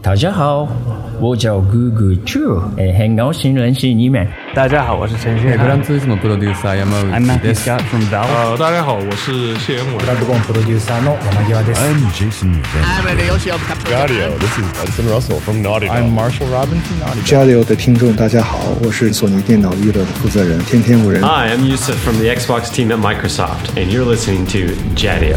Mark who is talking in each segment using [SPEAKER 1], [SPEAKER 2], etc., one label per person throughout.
[SPEAKER 1] 大家好，我叫 Google Chu，哎，很高兴认识你们。
[SPEAKER 2] 大家好，我是陈旭
[SPEAKER 3] グランツーリスモプロデューサー山
[SPEAKER 2] ，I'm
[SPEAKER 3] 内
[SPEAKER 2] Matthew
[SPEAKER 3] です。
[SPEAKER 2] Scott from Valve。
[SPEAKER 4] 呃，大家好，我是谢元伟。
[SPEAKER 5] I'm Jason Van.
[SPEAKER 6] J 流的听众，大家好，我是索尼电脑娱乐的负责人天天五人。
[SPEAKER 7] Hi, I'm Yusuf from the Xbox team at Microsoft, and you're listening to Jadio.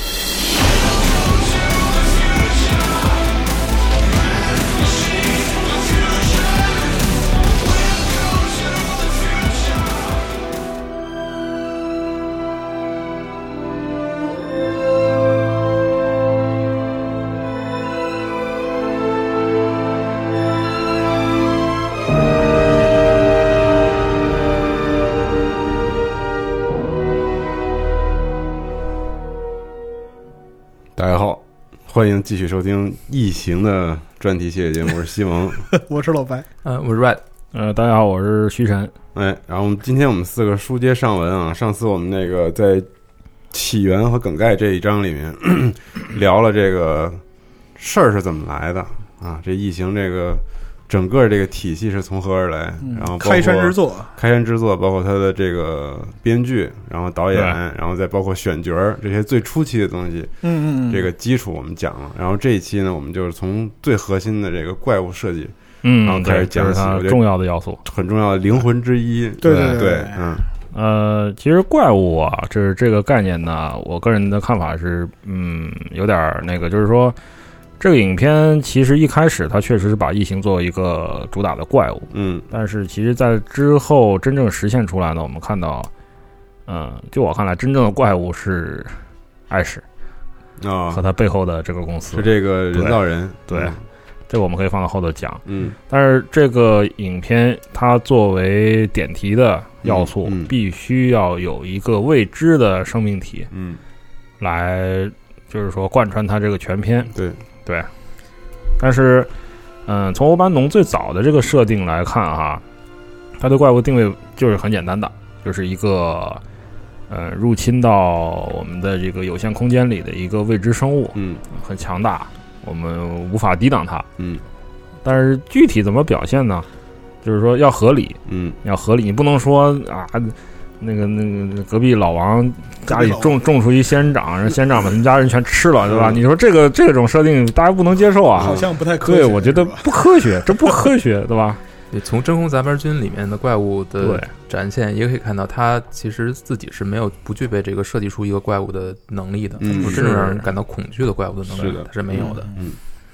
[SPEAKER 8] 大家好，欢迎继续收听《异形》的专题系列节目，我是西蒙。
[SPEAKER 6] 我是老
[SPEAKER 4] 哦
[SPEAKER 6] 白，
[SPEAKER 3] 嗯，我是 Red。
[SPEAKER 4] 呃，大家好，我是徐晨。
[SPEAKER 8] 哎，然后我们今天我们四个书接上文啊，上次我们那个在起源和梗概这一章里面 聊了这个事儿是怎么来的啊，这异形这个整个这个体系是从何而来，然后包括
[SPEAKER 9] 开山之作，
[SPEAKER 4] 啊
[SPEAKER 8] 开山之作，包括他的这个编剧，然后导演
[SPEAKER 4] 对，
[SPEAKER 8] 然后再包括选角儿这些最初期的东西，
[SPEAKER 9] 嗯嗯，
[SPEAKER 8] 这个基础我们讲了。然后这一期呢，我们就是从最核心的这个怪物设计
[SPEAKER 4] 嗯
[SPEAKER 8] 然后开始讲
[SPEAKER 4] 对这
[SPEAKER 8] 起
[SPEAKER 4] 是它
[SPEAKER 8] 我觉得
[SPEAKER 4] 重要的要素。
[SPEAKER 8] 很重要的灵魂之一。
[SPEAKER 9] 对
[SPEAKER 8] 对
[SPEAKER 9] 对对对
[SPEAKER 8] 嗯，
[SPEAKER 4] 呃，其实怪物啊，这是这个概念呢，我个人的看法是，嗯，有点儿那个，就是说，这个影片其实一开始它确实是把异形作为一个主打的怪物，
[SPEAKER 8] 嗯
[SPEAKER 4] 但是其实，在之后真正实现出来呢，我们看到，嗯、就我看来，真正的怪物是艾什
[SPEAKER 8] 啊
[SPEAKER 4] 和，他背后的这个公司，
[SPEAKER 8] 是这个人造人，
[SPEAKER 4] 对对这个我们可以放到后头讲。
[SPEAKER 8] 嗯，
[SPEAKER 4] 但是这个影片它作为点题的要素，
[SPEAKER 8] 嗯嗯
[SPEAKER 4] 必须要有一个未知的生命体
[SPEAKER 8] 嗯
[SPEAKER 4] 来，就是说贯穿它这个全片。
[SPEAKER 8] 对
[SPEAKER 4] 对，但是，嗯，从欧班农最早的这个设定来看哈，它对怪物定位就是很简单的，就是一个。呃，入侵到我们的这个有限空间里的一个未知生物，
[SPEAKER 8] 嗯
[SPEAKER 4] 很强大，我们无法抵挡它。
[SPEAKER 8] 嗯
[SPEAKER 4] 但是具体怎么表现呢？就是说要合理，
[SPEAKER 8] 嗯
[SPEAKER 4] 要合理，你不能说啊，那个那个隔壁老王家里
[SPEAKER 9] 隔壁老王
[SPEAKER 4] 种种出一仙人掌，让仙人掌把他们家人全吃了，对吧？
[SPEAKER 8] 嗯
[SPEAKER 4] 你说这个这种设定大家不能接受啊
[SPEAKER 9] 好，像不太科学。
[SPEAKER 4] 对，我觉得
[SPEAKER 9] 是吧
[SPEAKER 4] 不科学，这不科学，对吧？
[SPEAKER 3] 对，从《真空杂牌军》里面的怪物
[SPEAKER 4] 对
[SPEAKER 3] 的展现，也可以看到，它其实自己是没有不具备这个设计出一个怪物的能力的，
[SPEAKER 8] 嗯
[SPEAKER 3] 不是真正让人感到恐惧的怪物的能
[SPEAKER 8] 是
[SPEAKER 3] 力
[SPEAKER 8] 的，嗯
[SPEAKER 3] 它是没有的。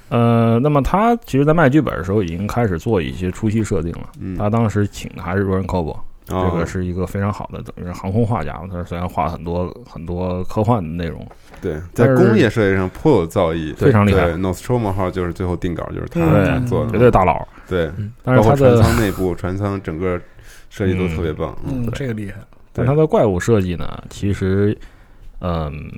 [SPEAKER 4] 呃，那么他其实，在卖剧本的时候已经开始做一些初期设定了。
[SPEAKER 8] 嗯，
[SPEAKER 4] 他当时请的还是 Ryan c o b o
[SPEAKER 8] 啊
[SPEAKER 4] 这个是一个非常好的等于是航空画家嘛。他虽然画很多很多科幻的内容，
[SPEAKER 8] 对，在
[SPEAKER 4] 但是
[SPEAKER 8] 工业设计上颇有造�诣，
[SPEAKER 4] 非常厉害
[SPEAKER 8] 对，Nostromo 号就是最后定稿就是他
[SPEAKER 4] 嗯
[SPEAKER 8] 做
[SPEAKER 4] 绝对
[SPEAKER 8] 的，
[SPEAKER 4] 大佬。
[SPEAKER 8] 对，
[SPEAKER 4] 但
[SPEAKER 8] 包
[SPEAKER 4] 是他
[SPEAKER 8] 括船
[SPEAKER 4] 的
[SPEAKER 8] 舱内部、船舱整个设计都特别棒。嗯，
[SPEAKER 9] 嗯，这个厉害，
[SPEAKER 4] 但它的怪物设计呢，其实，嗯，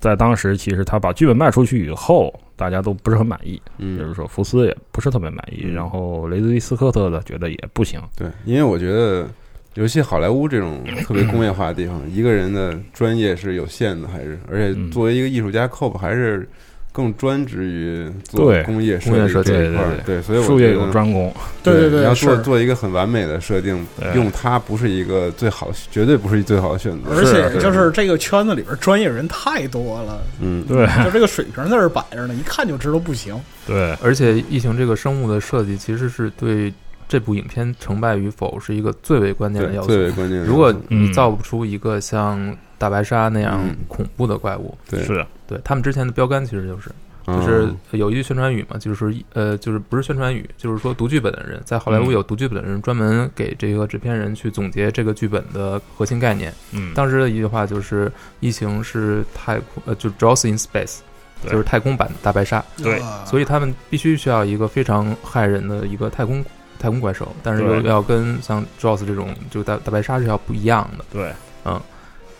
[SPEAKER 4] 在当时其实他把剧本卖出去以后，大家都不是很满意，比如
[SPEAKER 8] 嗯，
[SPEAKER 4] 说福斯也不是特别满意，
[SPEAKER 8] 嗯
[SPEAKER 4] 然后雷德利·斯科特的觉得也不行，
[SPEAKER 8] 对，因为我觉得。尤其好莱坞这种特别工业化的地方，一个人的专业是有限的，还是而且
[SPEAKER 4] 嗯
[SPEAKER 8] 作为一个艺术家，Cope 还是更专职于做
[SPEAKER 4] 对
[SPEAKER 8] 工业
[SPEAKER 3] 工业
[SPEAKER 8] 设
[SPEAKER 3] 设
[SPEAKER 8] 计
[SPEAKER 3] 计
[SPEAKER 8] 这一块
[SPEAKER 4] 对
[SPEAKER 8] 儿
[SPEAKER 4] 对。
[SPEAKER 8] 对，所以我
[SPEAKER 4] 术
[SPEAKER 8] 觉得
[SPEAKER 4] 业有专攻，
[SPEAKER 9] 对对对
[SPEAKER 8] 你要做
[SPEAKER 9] 是
[SPEAKER 8] 做一个很完美的设定
[SPEAKER 4] 对，
[SPEAKER 8] 用它不是一个最好，绝对不是一最好的选择。
[SPEAKER 9] 而
[SPEAKER 4] 啊
[SPEAKER 9] 且就是是这个圈子里边专业人太多 了，
[SPEAKER 8] 嗯，
[SPEAKER 4] 对
[SPEAKER 9] 就这个水平在这儿摆着呢，一看就知道不行。
[SPEAKER 4] 对，
[SPEAKER 3] 而且，异形这个生物的设计，其实是对这部影片成败与否是一个最为关键的
[SPEAKER 8] 对，
[SPEAKER 3] 要素
[SPEAKER 8] 最。为关键的要素。
[SPEAKER 3] 如果你
[SPEAKER 4] 嗯
[SPEAKER 3] 造不出一个像大白鲨那样
[SPEAKER 8] 嗯
[SPEAKER 3] 恐怖的怪物，
[SPEAKER 8] 对
[SPEAKER 4] 是的，
[SPEAKER 3] 对他们之前的标杆其实就是。
[SPEAKER 8] 嗯
[SPEAKER 3] 就是有一句宣传语嘛，就是一呃，就是不是宣传语，就是说读剧本的人，在好莱坞
[SPEAKER 4] 嗯
[SPEAKER 3] 有读剧本的人专门给这个制片人去总结这个剧本的核心概念。
[SPEAKER 4] 嗯，
[SPEAKER 3] 当时的一句话就是“异形是太空呃，就是 Jaws in space”，
[SPEAKER 4] 对
[SPEAKER 3] 就是太空版的大白鲨，
[SPEAKER 4] 对
[SPEAKER 9] 啊
[SPEAKER 3] 所以他们必须需要一个非常害人的一个太空太空怪兽，但是又
[SPEAKER 4] 对
[SPEAKER 3] 要跟像 Jaws 这种就大大白鲨是要不一样的。
[SPEAKER 4] 对，
[SPEAKER 3] 嗯。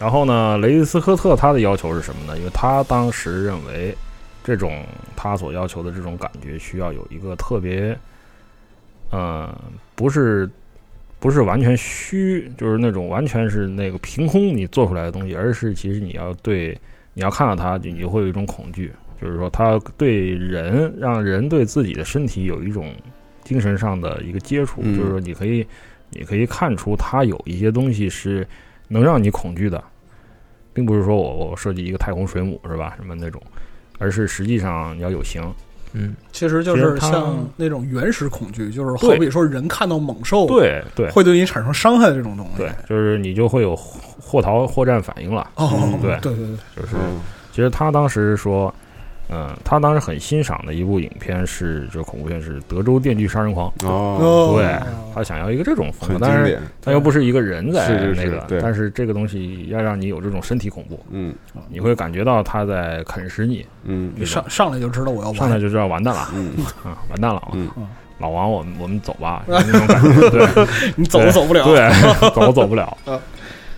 [SPEAKER 4] 然后呢，雷迪斯科特他的要求是什么呢？因为他当时认为这种他所要求的这种感觉，需要有一个特别，呃，不是不是完全虚，就是那种完全是那个凭空你做出来的东西，而是其实你要对你要看到它，你就会有一种恐惧，就是说它对人让人对自己的身体有一种精神上的一个接触，
[SPEAKER 8] 嗯
[SPEAKER 4] 就是说你可以你可以看出它有一些东西是能让你恐惧的，并不是说我我设计一个太空水母是吧什么那种。而是实际上你要有形，
[SPEAKER 3] 嗯，
[SPEAKER 9] 其实就
[SPEAKER 4] 其实
[SPEAKER 9] 是
[SPEAKER 4] 它
[SPEAKER 9] 像那种原始恐惧，就是
[SPEAKER 4] 对
[SPEAKER 9] 好比说人看到猛兽，
[SPEAKER 4] 对对
[SPEAKER 9] 会对你产生伤害的这种东西。
[SPEAKER 4] 对，就是你就会有或逃或战反应了。
[SPEAKER 9] 哦，
[SPEAKER 4] 嗯对
[SPEAKER 9] 对对对，
[SPEAKER 4] 就是
[SPEAKER 8] 嗯
[SPEAKER 4] 其实他当时说，嗯、他当时很欣赏的一部影片是，就是恐怖片是《德州电锯杀人狂》。
[SPEAKER 8] 哦，
[SPEAKER 9] 哦，
[SPEAKER 4] 对他想要一个这种风格，
[SPEAKER 8] 很
[SPEAKER 4] 但
[SPEAKER 8] 经
[SPEAKER 4] 是
[SPEAKER 8] 典，
[SPEAKER 4] 但又不是一个人在
[SPEAKER 8] 是是
[SPEAKER 4] 那
[SPEAKER 8] 是
[SPEAKER 4] 个，
[SPEAKER 8] 对
[SPEAKER 4] 但是这个东西要让你有这种身体恐怖，
[SPEAKER 8] 嗯
[SPEAKER 4] 你会感觉到他在啃食你，
[SPEAKER 8] 嗯
[SPEAKER 9] 你上上来就知道我要
[SPEAKER 4] 上
[SPEAKER 9] 完
[SPEAKER 4] 来，就知道完蛋了，
[SPEAKER 8] 嗯，
[SPEAKER 4] 啊，完蛋了，
[SPEAKER 8] 嗯
[SPEAKER 4] 老王，我们我们走吧，就是那种感觉，对，
[SPEAKER 9] 你走都走不了。
[SPEAKER 4] 对，走都走不了
[SPEAKER 9] 嗯。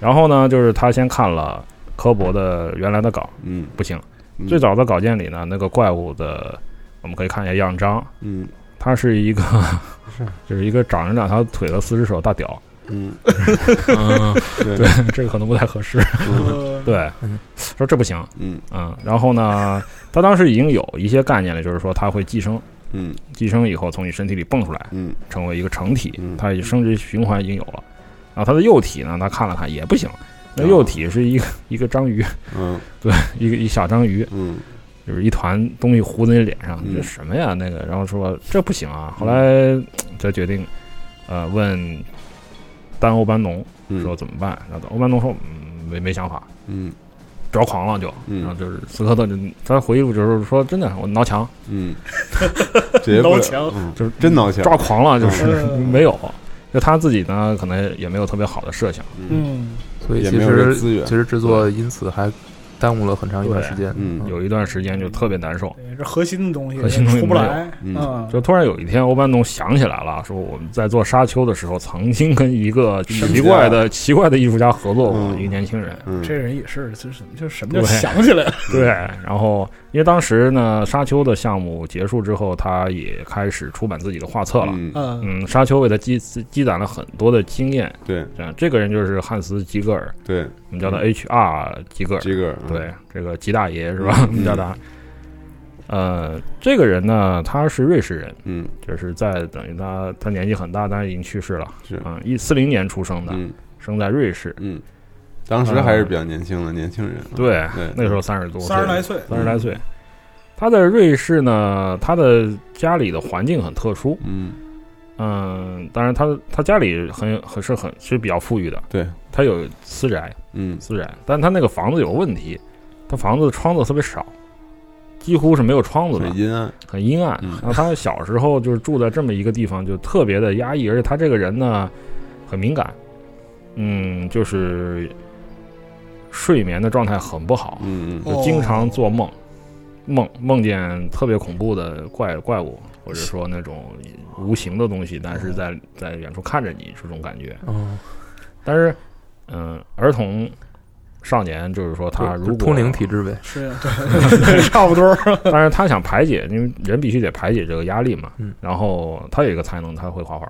[SPEAKER 4] 然后呢，就是他先看了科博的原来的稿，
[SPEAKER 8] 嗯
[SPEAKER 4] 不行
[SPEAKER 8] 嗯。
[SPEAKER 4] 最早的稿件里呢，那个怪物的，我们可以看一下样章，
[SPEAKER 8] 嗯
[SPEAKER 4] 它是一个，就是一个长着两条腿的四只手大屌。
[SPEAKER 8] 嗯，
[SPEAKER 4] 嗯，
[SPEAKER 8] 对
[SPEAKER 4] 对，这个可能不太合适。
[SPEAKER 9] 呃
[SPEAKER 4] 对，说这不行。
[SPEAKER 8] 嗯
[SPEAKER 4] 嗯，然后呢，他当时已经有一些概念了，就是说它会寄生，
[SPEAKER 8] 嗯
[SPEAKER 4] 寄生以后从你身体里蹦出来，
[SPEAKER 8] 嗯
[SPEAKER 4] 成为一个成体
[SPEAKER 8] 嗯，
[SPEAKER 4] 它已生殖循环已经有了。然后它的幼体呢，他看了看也不行，那
[SPEAKER 8] 啊
[SPEAKER 4] 幼体是一个一个章鱼，
[SPEAKER 8] 嗯
[SPEAKER 4] 一个一小章鱼，
[SPEAKER 8] 嗯
[SPEAKER 4] 就是一团东西糊在你脸上，
[SPEAKER 8] 嗯
[SPEAKER 4] 这什么呀？那个，然后说这不行啊。后来才决定，呃，问丹欧班农
[SPEAKER 8] 嗯，
[SPEAKER 4] 说怎么办？然后欧班农说，嗯，没没想法，
[SPEAKER 8] 嗯
[SPEAKER 4] 抓狂了就。
[SPEAKER 8] 嗯
[SPEAKER 4] 然后就是斯科特就他回忆录就是说，真的我挠墙
[SPEAKER 8] 嗯，这
[SPEAKER 9] 挠墙
[SPEAKER 8] 就是真挠墙，
[SPEAKER 4] 抓狂了，就是
[SPEAKER 9] 嗯
[SPEAKER 4] 没有。就他自己呢，可能也没有特别好的设想。
[SPEAKER 8] 嗯
[SPEAKER 9] 嗯，
[SPEAKER 3] 所以
[SPEAKER 8] 也
[SPEAKER 3] 其
[SPEAKER 8] 没有这
[SPEAKER 3] 实
[SPEAKER 8] 资源
[SPEAKER 3] 其实制作因此还耽误了很长一段时间。
[SPEAKER 8] 嗯
[SPEAKER 4] 有一段时间就特别难受，
[SPEAKER 9] 对这核心的东西
[SPEAKER 4] 核心东西
[SPEAKER 9] 出不
[SPEAKER 4] 没有
[SPEAKER 9] 来。
[SPEAKER 8] 嗯
[SPEAKER 9] 嗯，
[SPEAKER 4] 就突然有一天，欧班农想起来了，说我们在做沙丘的时候，曾经跟一个奇怪的奇怪的艺术家合作过，
[SPEAKER 8] 啊嗯
[SPEAKER 4] 一个年轻人。
[SPEAKER 8] 嗯
[SPEAKER 9] 这人也是，就是就什么叫
[SPEAKER 4] 对
[SPEAKER 9] 想起来了？
[SPEAKER 4] 对，然后因为当时呢，沙丘的项目结束之后，他也开始出版自己的画册了。
[SPEAKER 8] 嗯
[SPEAKER 9] 嗯，
[SPEAKER 4] 嗯，沙丘为他积积积攒了很多的经验。
[SPEAKER 8] 对嗯
[SPEAKER 4] 这样，这个人就是汉斯·基格尔，
[SPEAKER 8] 对，
[SPEAKER 4] 我们叫他 H.R. 基格尔。
[SPEAKER 8] 这个嗯
[SPEAKER 4] 对，这个吉大爷是吧？我们叫他。呃，这个人呢，他是瑞士人，
[SPEAKER 8] 嗯
[SPEAKER 4] 就是在等于他他年纪很大，但是已经去世了。
[SPEAKER 8] 是
[SPEAKER 4] 嗯，一四零年出生的，
[SPEAKER 8] 嗯
[SPEAKER 4] 生在瑞士。
[SPEAKER 8] 嗯，当时还是比较年轻的年轻人，啊
[SPEAKER 4] 对，
[SPEAKER 8] 对
[SPEAKER 4] 那时候三十多岁，
[SPEAKER 9] 三十来岁，
[SPEAKER 4] 三十来岁。他在瑞士呢，他的家里的环境很特殊，
[SPEAKER 8] 嗯
[SPEAKER 4] 嗯，当然他他家里很很是很是比较富裕的，
[SPEAKER 8] 对，
[SPEAKER 4] 他有私宅
[SPEAKER 8] 嗯
[SPEAKER 4] 私宅，但他那个房子有个问题，他房子的窗子特别少，几乎是没有窗子的
[SPEAKER 8] 很，阴暗，
[SPEAKER 4] 很阴暗。
[SPEAKER 8] 嗯
[SPEAKER 4] 然后他小时候就是住在这么一个地方，就特别的压抑，而且他这个人呢很敏感，嗯，就是睡眠的状态很不好，
[SPEAKER 8] 嗯嗯
[SPEAKER 4] 就
[SPEAKER 3] 哦
[SPEAKER 4] 经常做梦，梦梦见特别恐怖的怪怪物，或者说那种无形的东西，但是
[SPEAKER 3] 嗯
[SPEAKER 4] 在在远处看着你这种感觉。
[SPEAKER 3] 哦，
[SPEAKER 4] 但是，嗯、儿童、少年就是说他
[SPEAKER 3] 就
[SPEAKER 4] 如
[SPEAKER 3] 就
[SPEAKER 4] 果
[SPEAKER 3] 通灵体，质呗。
[SPEAKER 9] 是啊对， 差不多。
[SPEAKER 4] 但是他想排解，因为人必须得排解这个压力嘛。
[SPEAKER 3] 嗯
[SPEAKER 4] 然后他有一个才能，他会画画。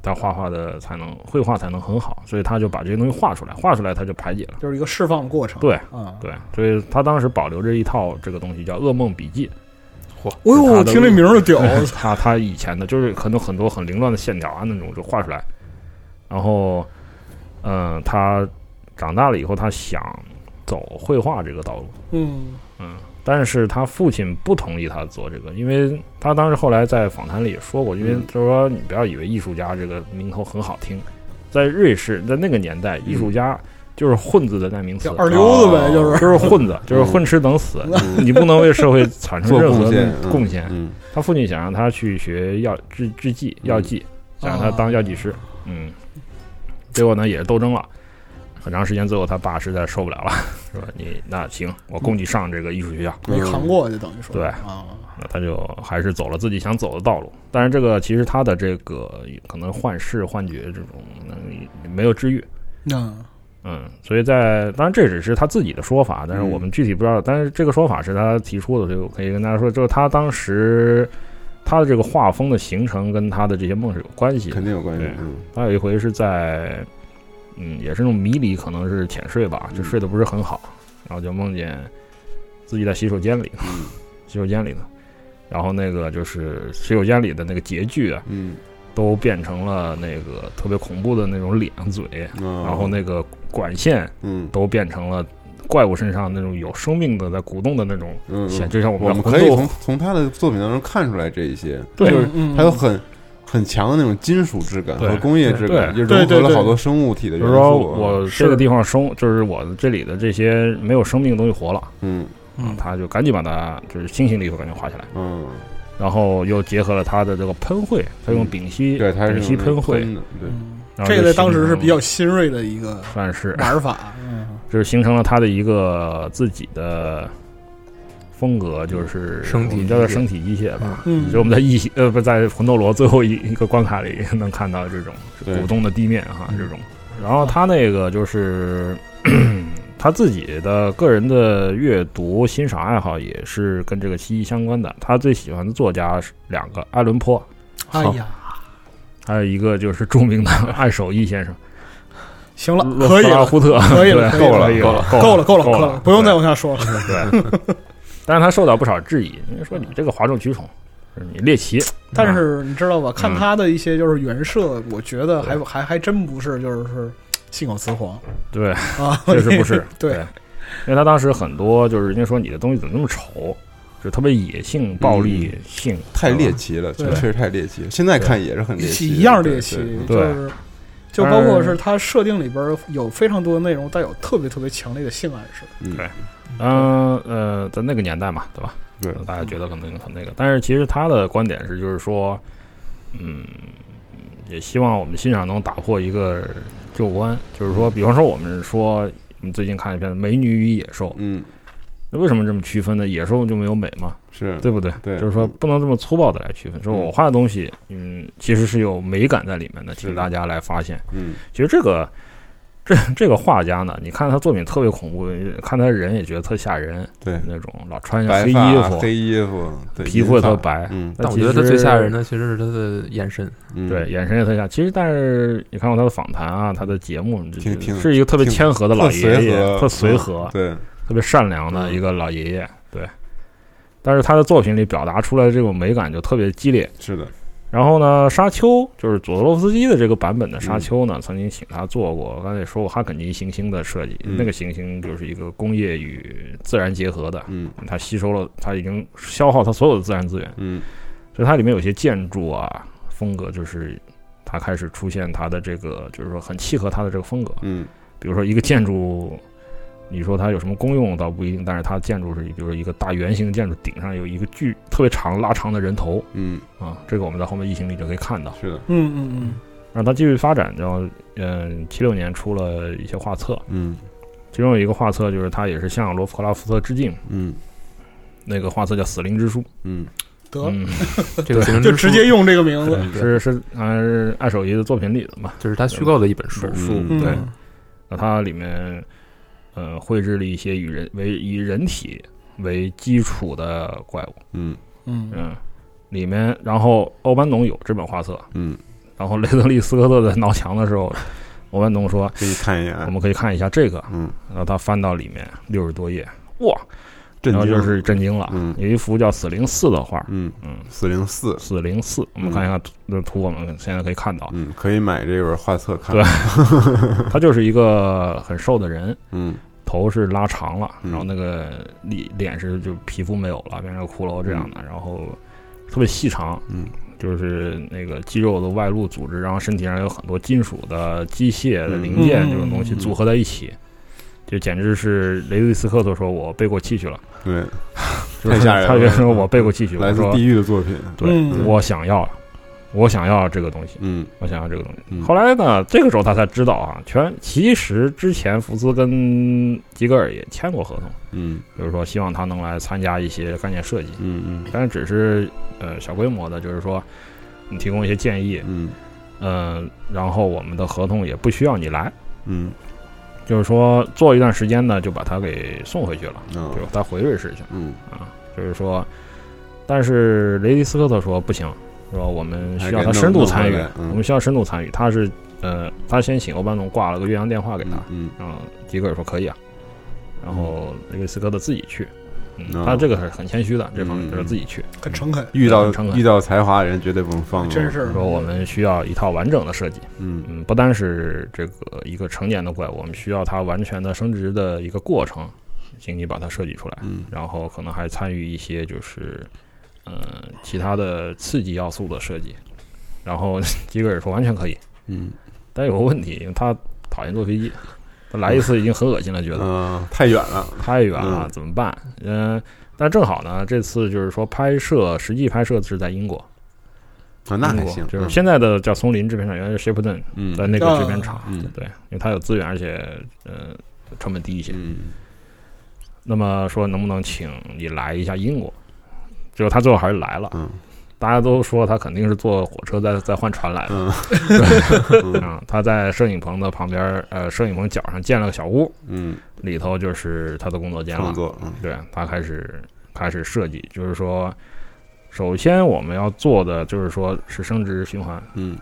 [SPEAKER 4] 他画画的才能，绘画才能很好，所以他就把这些东西画出来，画出来他就排解了。
[SPEAKER 9] 就是一个释放的过程。
[SPEAKER 4] 对
[SPEAKER 9] 啊，
[SPEAKER 4] 对，所以他当时保留着一套这个东西叫《噩梦笔记》，
[SPEAKER 9] 哎呦，
[SPEAKER 4] 是他
[SPEAKER 9] 我
[SPEAKER 4] 的
[SPEAKER 9] 听这名儿就屌，
[SPEAKER 4] 对他他以前的，就是可能很多很凌乱的线条啊那种就画出来，然后，嗯、他长大了以后，他想走绘画这个道路，
[SPEAKER 9] 嗯，
[SPEAKER 4] 但是他父亲不同意他做这个，因为他当时后来在访谈里也说过，因为
[SPEAKER 8] 嗯
[SPEAKER 4] 就是说你不要以为艺术家这个名头很好听，在瑞士在那个年代，艺
[SPEAKER 8] 嗯
[SPEAKER 4] 术家就是混子的代名词啊
[SPEAKER 9] 叫。二溜子呗，就是
[SPEAKER 4] 就是 混子，就是混吃等死，你不能为社会产生
[SPEAKER 8] 嗯做
[SPEAKER 4] 任
[SPEAKER 8] 贡
[SPEAKER 4] 何
[SPEAKER 8] 献
[SPEAKER 4] 的贡献。
[SPEAKER 8] 嗯
[SPEAKER 4] 他父亲想让他去学药制制剂药剂，想让他当药剂师。嗯，结果呢也是斗争了很长时间，最后他爸实在受不了 了，说你那行，我供你上这个艺术学校。
[SPEAKER 9] 没扛过，就等于说
[SPEAKER 4] 对
[SPEAKER 9] 啊，
[SPEAKER 4] 那他就还是走了自己想走的道路。但是这个其实他的这个可能幻视、幻觉这种嗯没有治愈，
[SPEAKER 9] 嗯，
[SPEAKER 4] 嗯，所以在当然这只是他自己的说法，但是我们具体不知道。但是这个说法是他提出的，所以我可以跟大家说，就是他当时他的这个画风的形成跟他的这些梦是有关系的。
[SPEAKER 8] 肯定有关系
[SPEAKER 4] 对。
[SPEAKER 8] 嗯，
[SPEAKER 4] 他有一回是在，嗯，也是那种迷离，可能是浅睡吧，就睡得不是很好，然后就梦见自己在洗手间里，洗手间里呢，然后那个就是洗手间里的那个洁具啊，
[SPEAKER 8] 嗯，
[SPEAKER 4] 都变成了那个特别恐怖的那种脸嘴，然
[SPEAKER 8] 然
[SPEAKER 4] 后那个管线
[SPEAKER 8] 嗯
[SPEAKER 4] 都变成了怪物身上那种有生命的在鼓动的那种
[SPEAKER 8] 嗯，
[SPEAKER 4] 显，就像我
[SPEAKER 8] 我
[SPEAKER 4] 们
[SPEAKER 8] 们
[SPEAKER 4] 的
[SPEAKER 8] 可
[SPEAKER 4] 魂
[SPEAKER 8] 以
[SPEAKER 4] 斗
[SPEAKER 8] 从从他的作品当中看出来这一些，
[SPEAKER 4] 对
[SPEAKER 8] 就是
[SPEAKER 9] 嗯嗯
[SPEAKER 8] 他有很很强的那种金属质感
[SPEAKER 4] 对
[SPEAKER 8] 和工业质感，就融
[SPEAKER 4] 对
[SPEAKER 8] 合
[SPEAKER 9] 对对
[SPEAKER 8] 了
[SPEAKER 9] 对
[SPEAKER 8] 好多生物体的
[SPEAKER 4] 比
[SPEAKER 8] 元
[SPEAKER 4] 如
[SPEAKER 8] 素。啊
[SPEAKER 4] 说我这
[SPEAKER 9] 是
[SPEAKER 4] 个地方生，就是我这里的这些没有生命的东西活了，
[SPEAKER 8] 嗯
[SPEAKER 9] 嗯
[SPEAKER 4] 他就赶紧把它就是清醒了以后赶紧画下来，
[SPEAKER 8] 嗯，
[SPEAKER 4] 然后又结合了他的这个喷绘，他用丙烯
[SPEAKER 8] 对，它是
[SPEAKER 4] 丙烯喷嗯绘，
[SPEAKER 8] 的，对，
[SPEAKER 4] 然后
[SPEAKER 9] 这个
[SPEAKER 4] 就
[SPEAKER 9] 在当时
[SPEAKER 4] 形
[SPEAKER 9] 是
[SPEAKER 4] 成
[SPEAKER 9] 比较新锐的一个
[SPEAKER 4] 算是
[SPEAKER 9] 玩 法。嗯，
[SPEAKER 4] 就是形成了他的一个自己的风格，就是
[SPEAKER 3] 身体
[SPEAKER 4] 我们叫做
[SPEAKER 3] 机械
[SPEAKER 4] 身体机械吧。
[SPEAKER 9] 嗯
[SPEAKER 4] 所以我们在异形呃不在魂斗罗最后一一个关卡里能看到这种
[SPEAKER 8] 对
[SPEAKER 4] 鼓动的地面哈
[SPEAKER 9] 嗯
[SPEAKER 4] 这种。然后他那个就是 咳他自己的个人的阅读欣赏爱好也是跟这个息息相关的。他最喜欢的作家是两个，爱伦坡，
[SPEAKER 9] 哎
[SPEAKER 4] 好
[SPEAKER 9] 呀，
[SPEAKER 4] 还有一个就是著名的爱手艺先生，
[SPEAKER 9] 行了，
[SPEAKER 4] 洛
[SPEAKER 9] 嗯可以
[SPEAKER 4] 斯拉
[SPEAKER 9] 了，
[SPEAKER 4] 胡特，
[SPEAKER 9] 可以了
[SPEAKER 4] 对
[SPEAKER 9] 可以了
[SPEAKER 4] 可以了，
[SPEAKER 9] 够了，够
[SPEAKER 4] 了，
[SPEAKER 9] 了，够
[SPEAKER 4] 了
[SPEAKER 9] 了，，不用再往下说 了。
[SPEAKER 4] 对，但是他受到不少质疑，人家说你这个哗众取宠，就是你猎奇，
[SPEAKER 9] 但是你知道吧？看他的一些就是原设，我觉得还还还真不是，就是是信口雌黄
[SPEAKER 4] 对，
[SPEAKER 9] 啊，，
[SPEAKER 4] 确实不是
[SPEAKER 9] 对，
[SPEAKER 4] 因为他当时很多就是人家说你的东西怎么那么丑，就特别野性、暴力性，
[SPEAKER 8] 太
[SPEAKER 4] 对
[SPEAKER 8] 猎
[SPEAKER 4] 吧。
[SPEAKER 8] 奇了，
[SPEAKER 9] 对
[SPEAKER 8] 确实太猎奇了。现在看也是很猎奇，
[SPEAKER 9] 一样猎
[SPEAKER 8] 对
[SPEAKER 9] 奇
[SPEAKER 8] 对对，
[SPEAKER 9] 就
[SPEAKER 4] 对嗯
[SPEAKER 9] 是就包括是它设定里边儿有非常多的内容带有特别特别强烈的性暗示。
[SPEAKER 4] 嗯呃，在那个年代嘛，对吧？
[SPEAKER 8] 对
[SPEAKER 4] 大家觉得可能很那个，但是其实他的观点是，就是说，嗯，也希望我们欣赏能打破一个旧观，就是说，比方说我们说，我们最近看一篇《美女与野兽》，
[SPEAKER 8] 嗯，
[SPEAKER 4] 那为什么这么区分呢？野兽就没有美吗？
[SPEAKER 8] 是
[SPEAKER 4] 对不对？
[SPEAKER 8] 对嗯
[SPEAKER 4] 就是说不能这么粗暴的来区分，说我画的东西，嗯，其实是有美感在里面的，请大家来发现。
[SPEAKER 8] 嗯
[SPEAKER 4] 其实这个这这个画家呢，你看他作品特别恐怖，看他人也觉得特吓人，
[SPEAKER 8] 对，
[SPEAKER 4] 那种老穿着
[SPEAKER 8] 白
[SPEAKER 4] 啊黑衣
[SPEAKER 8] 发啊
[SPEAKER 4] 服，
[SPEAKER 8] 黑衣服，对
[SPEAKER 4] 皮肤也
[SPEAKER 8] 银发
[SPEAKER 4] 特白
[SPEAKER 8] 嗯
[SPEAKER 4] 那
[SPEAKER 3] 但我
[SPEAKER 4] 其
[SPEAKER 3] 觉得他
[SPEAKER 4] 实
[SPEAKER 3] 最吓人的其实是他的 眼神，
[SPEAKER 8] 嗯，
[SPEAKER 4] 对，眼神也特像。其实，但是你看过他的访谈啊，他的节目，你就觉
[SPEAKER 8] 挺
[SPEAKER 4] 得
[SPEAKER 8] 挺
[SPEAKER 4] 是一个特别
[SPEAKER 8] 挺
[SPEAKER 4] 谦和的老
[SPEAKER 8] 特
[SPEAKER 4] 爷
[SPEAKER 8] 随
[SPEAKER 4] 爷，
[SPEAKER 8] 和，
[SPEAKER 4] 特随和，
[SPEAKER 8] 嗯对，
[SPEAKER 4] 特别善良的一个老爷爷。对，但是他的作品里表达出来的这种美感就特别激烈。
[SPEAKER 8] 是的，
[SPEAKER 4] 然后呢，沙丘就是佐罗夫斯基的这个版本的沙丘呢，曾经请他做过。我刚才也说过哈肯尼行星的设计，
[SPEAKER 8] 嗯
[SPEAKER 4] 那个行星就是一个工业与自然结合的，
[SPEAKER 8] 嗯
[SPEAKER 4] 它吸收了，它已经消耗它所有的自然资源，
[SPEAKER 8] 嗯
[SPEAKER 4] 所以它里面有些建筑啊风格，就是它开始出现它的这个，就是说很契合它的这个风格。
[SPEAKER 8] 嗯
[SPEAKER 4] 比如说一个建筑，你说它有什么功用倒不一定，但是它建筑是，比如说一个大圆形建筑顶上有一个巨特别长拉长的人头
[SPEAKER 8] 嗯，
[SPEAKER 4] 啊，这个我们在后面异形里就可以看到。
[SPEAKER 8] 是的，
[SPEAKER 9] 嗯嗯
[SPEAKER 4] 让它继续发展，然后嗯，七六年出了一些画册，
[SPEAKER 8] 嗯
[SPEAKER 4] 其中有一个画册就是他也是向罗夫克拉夫特致敬，
[SPEAKER 8] 嗯
[SPEAKER 4] 那个画册叫《死灵之书》，
[SPEAKER 8] 嗯
[SPEAKER 9] 嗯，得
[SPEAKER 4] 嗯，
[SPEAKER 3] 这个形
[SPEAKER 9] 就直接用这个名字。
[SPEAKER 3] 对，
[SPEAKER 4] 是是呃是爱手艺的作品里的嘛，
[SPEAKER 3] 就是他虚构的一本书
[SPEAKER 4] 本，
[SPEAKER 8] 嗯
[SPEAKER 4] 书
[SPEAKER 8] 嗯
[SPEAKER 4] 对，
[SPEAKER 9] 嗯
[SPEAKER 4] 那它里面呃绘制了一些以人为以人体为基础的怪物，
[SPEAKER 8] 嗯
[SPEAKER 9] 嗯，
[SPEAKER 4] 嗯，里面然后欧班农有这本画册，
[SPEAKER 8] 嗯，
[SPEAKER 4] 然后雷德利·斯科特在挠墙的时候， 欧班农说
[SPEAKER 8] 给你看一眼，
[SPEAKER 4] 我们可以看一下这个，
[SPEAKER 8] 嗯，
[SPEAKER 4] 然后他翻到里面六十多页，哇，
[SPEAKER 8] 震
[SPEAKER 4] 然后
[SPEAKER 8] 惊
[SPEAKER 4] 就，是震惊了。
[SPEAKER 8] 嗯
[SPEAKER 4] 有一幅叫《死灵四》的画，
[SPEAKER 8] 嗯
[SPEAKER 4] 嗯，
[SPEAKER 8] 四零四，
[SPEAKER 4] 死灵四》，我们
[SPEAKER 8] 嗯
[SPEAKER 4] 看一下图，那图我们现在可以看到，
[SPEAKER 8] 嗯，可以买这本画册看，
[SPEAKER 4] 对他就是一个很瘦的人，
[SPEAKER 8] 嗯
[SPEAKER 4] 头是拉长了，
[SPEAKER 8] 嗯
[SPEAKER 4] 然后那个脸脸是就皮肤没有了，变成个骷髅这样的，然后特别细长，
[SPEAKER 8] 嗯
[SPEAKER 4] 就是那个肌肉的外露组织，然后身体上有很多金属的机械的零件
[SPEAKER 9] 嗯
[SPEAKER 4] 这种东西组合在一起。就简直是雷德利·斯科特说：“我背过气去了。
[SPEAKER 8] 对，”
[SPEAKER 4] 就是
[SPEAKER 8] 太吓人了嗯
[SPEAKER 4] 他觉得说：“我背过气去了。”
[SPEAKER 8] 来
[SPEAKER 4] 我
[SPEAKER 8] 自
[SPEAKER 4] 说
[SPEAKER 8] 地狱的作品，
[SPEAKER 4] 对，
[SPEAKER 9] 嗯
[SPEAKER 4] 我想要，我想要这个东西，
[SPEAKER 8] 嗯
[SPEAKER 4] 我想要这个东西。
[SPEAKER 8] 嗯，
[SPEAKER 4] 后来呢，这个时候他才知道啊，全其实之前福斯跟吉格尔也签过合同，
[SPEAKER 8] 嗯
[SPEAKER 4] 比如说希望他能来参加一些概念设计，
[SPEAKER 8] 嗯嗯
[SPEAKER 4] 但是只是呃小规模的，就是说你提供一些建议，
[SPEAKER 8] 嗯
[SPEAKER 4] 嗯、然后我们的合同也不需要你来。
[SPEAKER 8] 嗯
[SPEAKER 4] 就是说做一段时间呢，就把他给送回去了，
[SPEAKER 8] 嗯
[SPEAKER 4] 就他回瑞士去了。
[SPEAKER 8] 嗯，
[SPEAKER 4] 就是说，但是雷迪斯科特说不行，说我们需要
[SPEAKER 8] 还给
[SPEAKER 4] 他
[SPEAKER 8] 弄
[SPEAKER 4] 深度参与
[SPEAKER 8] 弄回来，嗯
[SPEAKER 4] 我们需要深度参与。他是呃，他先请欧班农挂了个岳阳电话给他，
[SPEAKER 8] 嗯，
[SPEAKER 4] 然后吉格尔说可以啊，然后雷迪斯科特自己去，嗯，
[SPEAKER 8] 哦
[SPEAKER 4] 他这个是很谦虚的，这方
[SPEAKER 8] 嗯
[SPEAKER 4] 面就是自己去，
[SPEAKER 9] 很诚恳，
[SPEAKER 8] 遇到
[SPEAKER 4] 很诚恳
[SPEAKER 8] 遇到才华的人绝对不能放过，
[SPEAKER 9] 真是
[SPEAKER 4] 说我们需要一套完整的设计，
[SPEAKER 8] 嗯
[SPEAKER 4] 嗯，不单是这个一个成年的怪物，我们需要它完全的升值的一个过程，请你把它设计出来，
[SPEAKER 8] 嗯
[SPEAKER 4] 然后可能还参与一些就是，呃，其他的刺激要素的设计。然后 吉格尔说完全可以，
[SPEAKER 8] 嗯
[SPEAKER 4] 但有个问题，因为他讨厌坐飞机，他来一次已经很恶心了，觉得
[SPEAKER 8] 嗯，太远了，
[SPEAKER 4] 太远了
[SPEAKER 8] 嗯，
[SPEAKER 4] 怎么办？嗯，但正好呢，这次就是说拍摄实际拍摄是在英国，
[SPEAKER 8] 啊，那
[SPEAKER 4] 英
[SPEAKER 8] 还
[SPEAKER 4] 国
[SPEAKER 8] 行，
[SPEAKER 4] 就是现在的叫松林制片厂，原来是 Shepton
[SPEAKER 8] 嗯
[SPEAKER 4] 在嗯那个制片厂，
[SPEAKER 8] 嗯
[SPEAKER 4] 对，因为它有资源，而且呃成本低一些。
[SPEAKER 8] 嗯
[SPEAKER 4] 那么说能不能请你来一下英国？结果他最后还是来了，
[SPEAKER 8] 嗯
[SPEAKER 4] 大家都说他肯定是坐火车 再再换船来的。
[SPEAKER 8] 嗯
[SPEAKER 4] 啊，他在摄影棚的旁边，呃，摄影棚角上建了个小屋，
[SPEAKER 8] 嗯，
[SPEAKER 4] 里头就是他的工作间了
[SPEAKER 8] 创。作，嗯
[SPEAKER 4] 对他开始开始设计，就是说，首先我们要做的就是说是生殖循环。
[SPEAKER 8] 嗯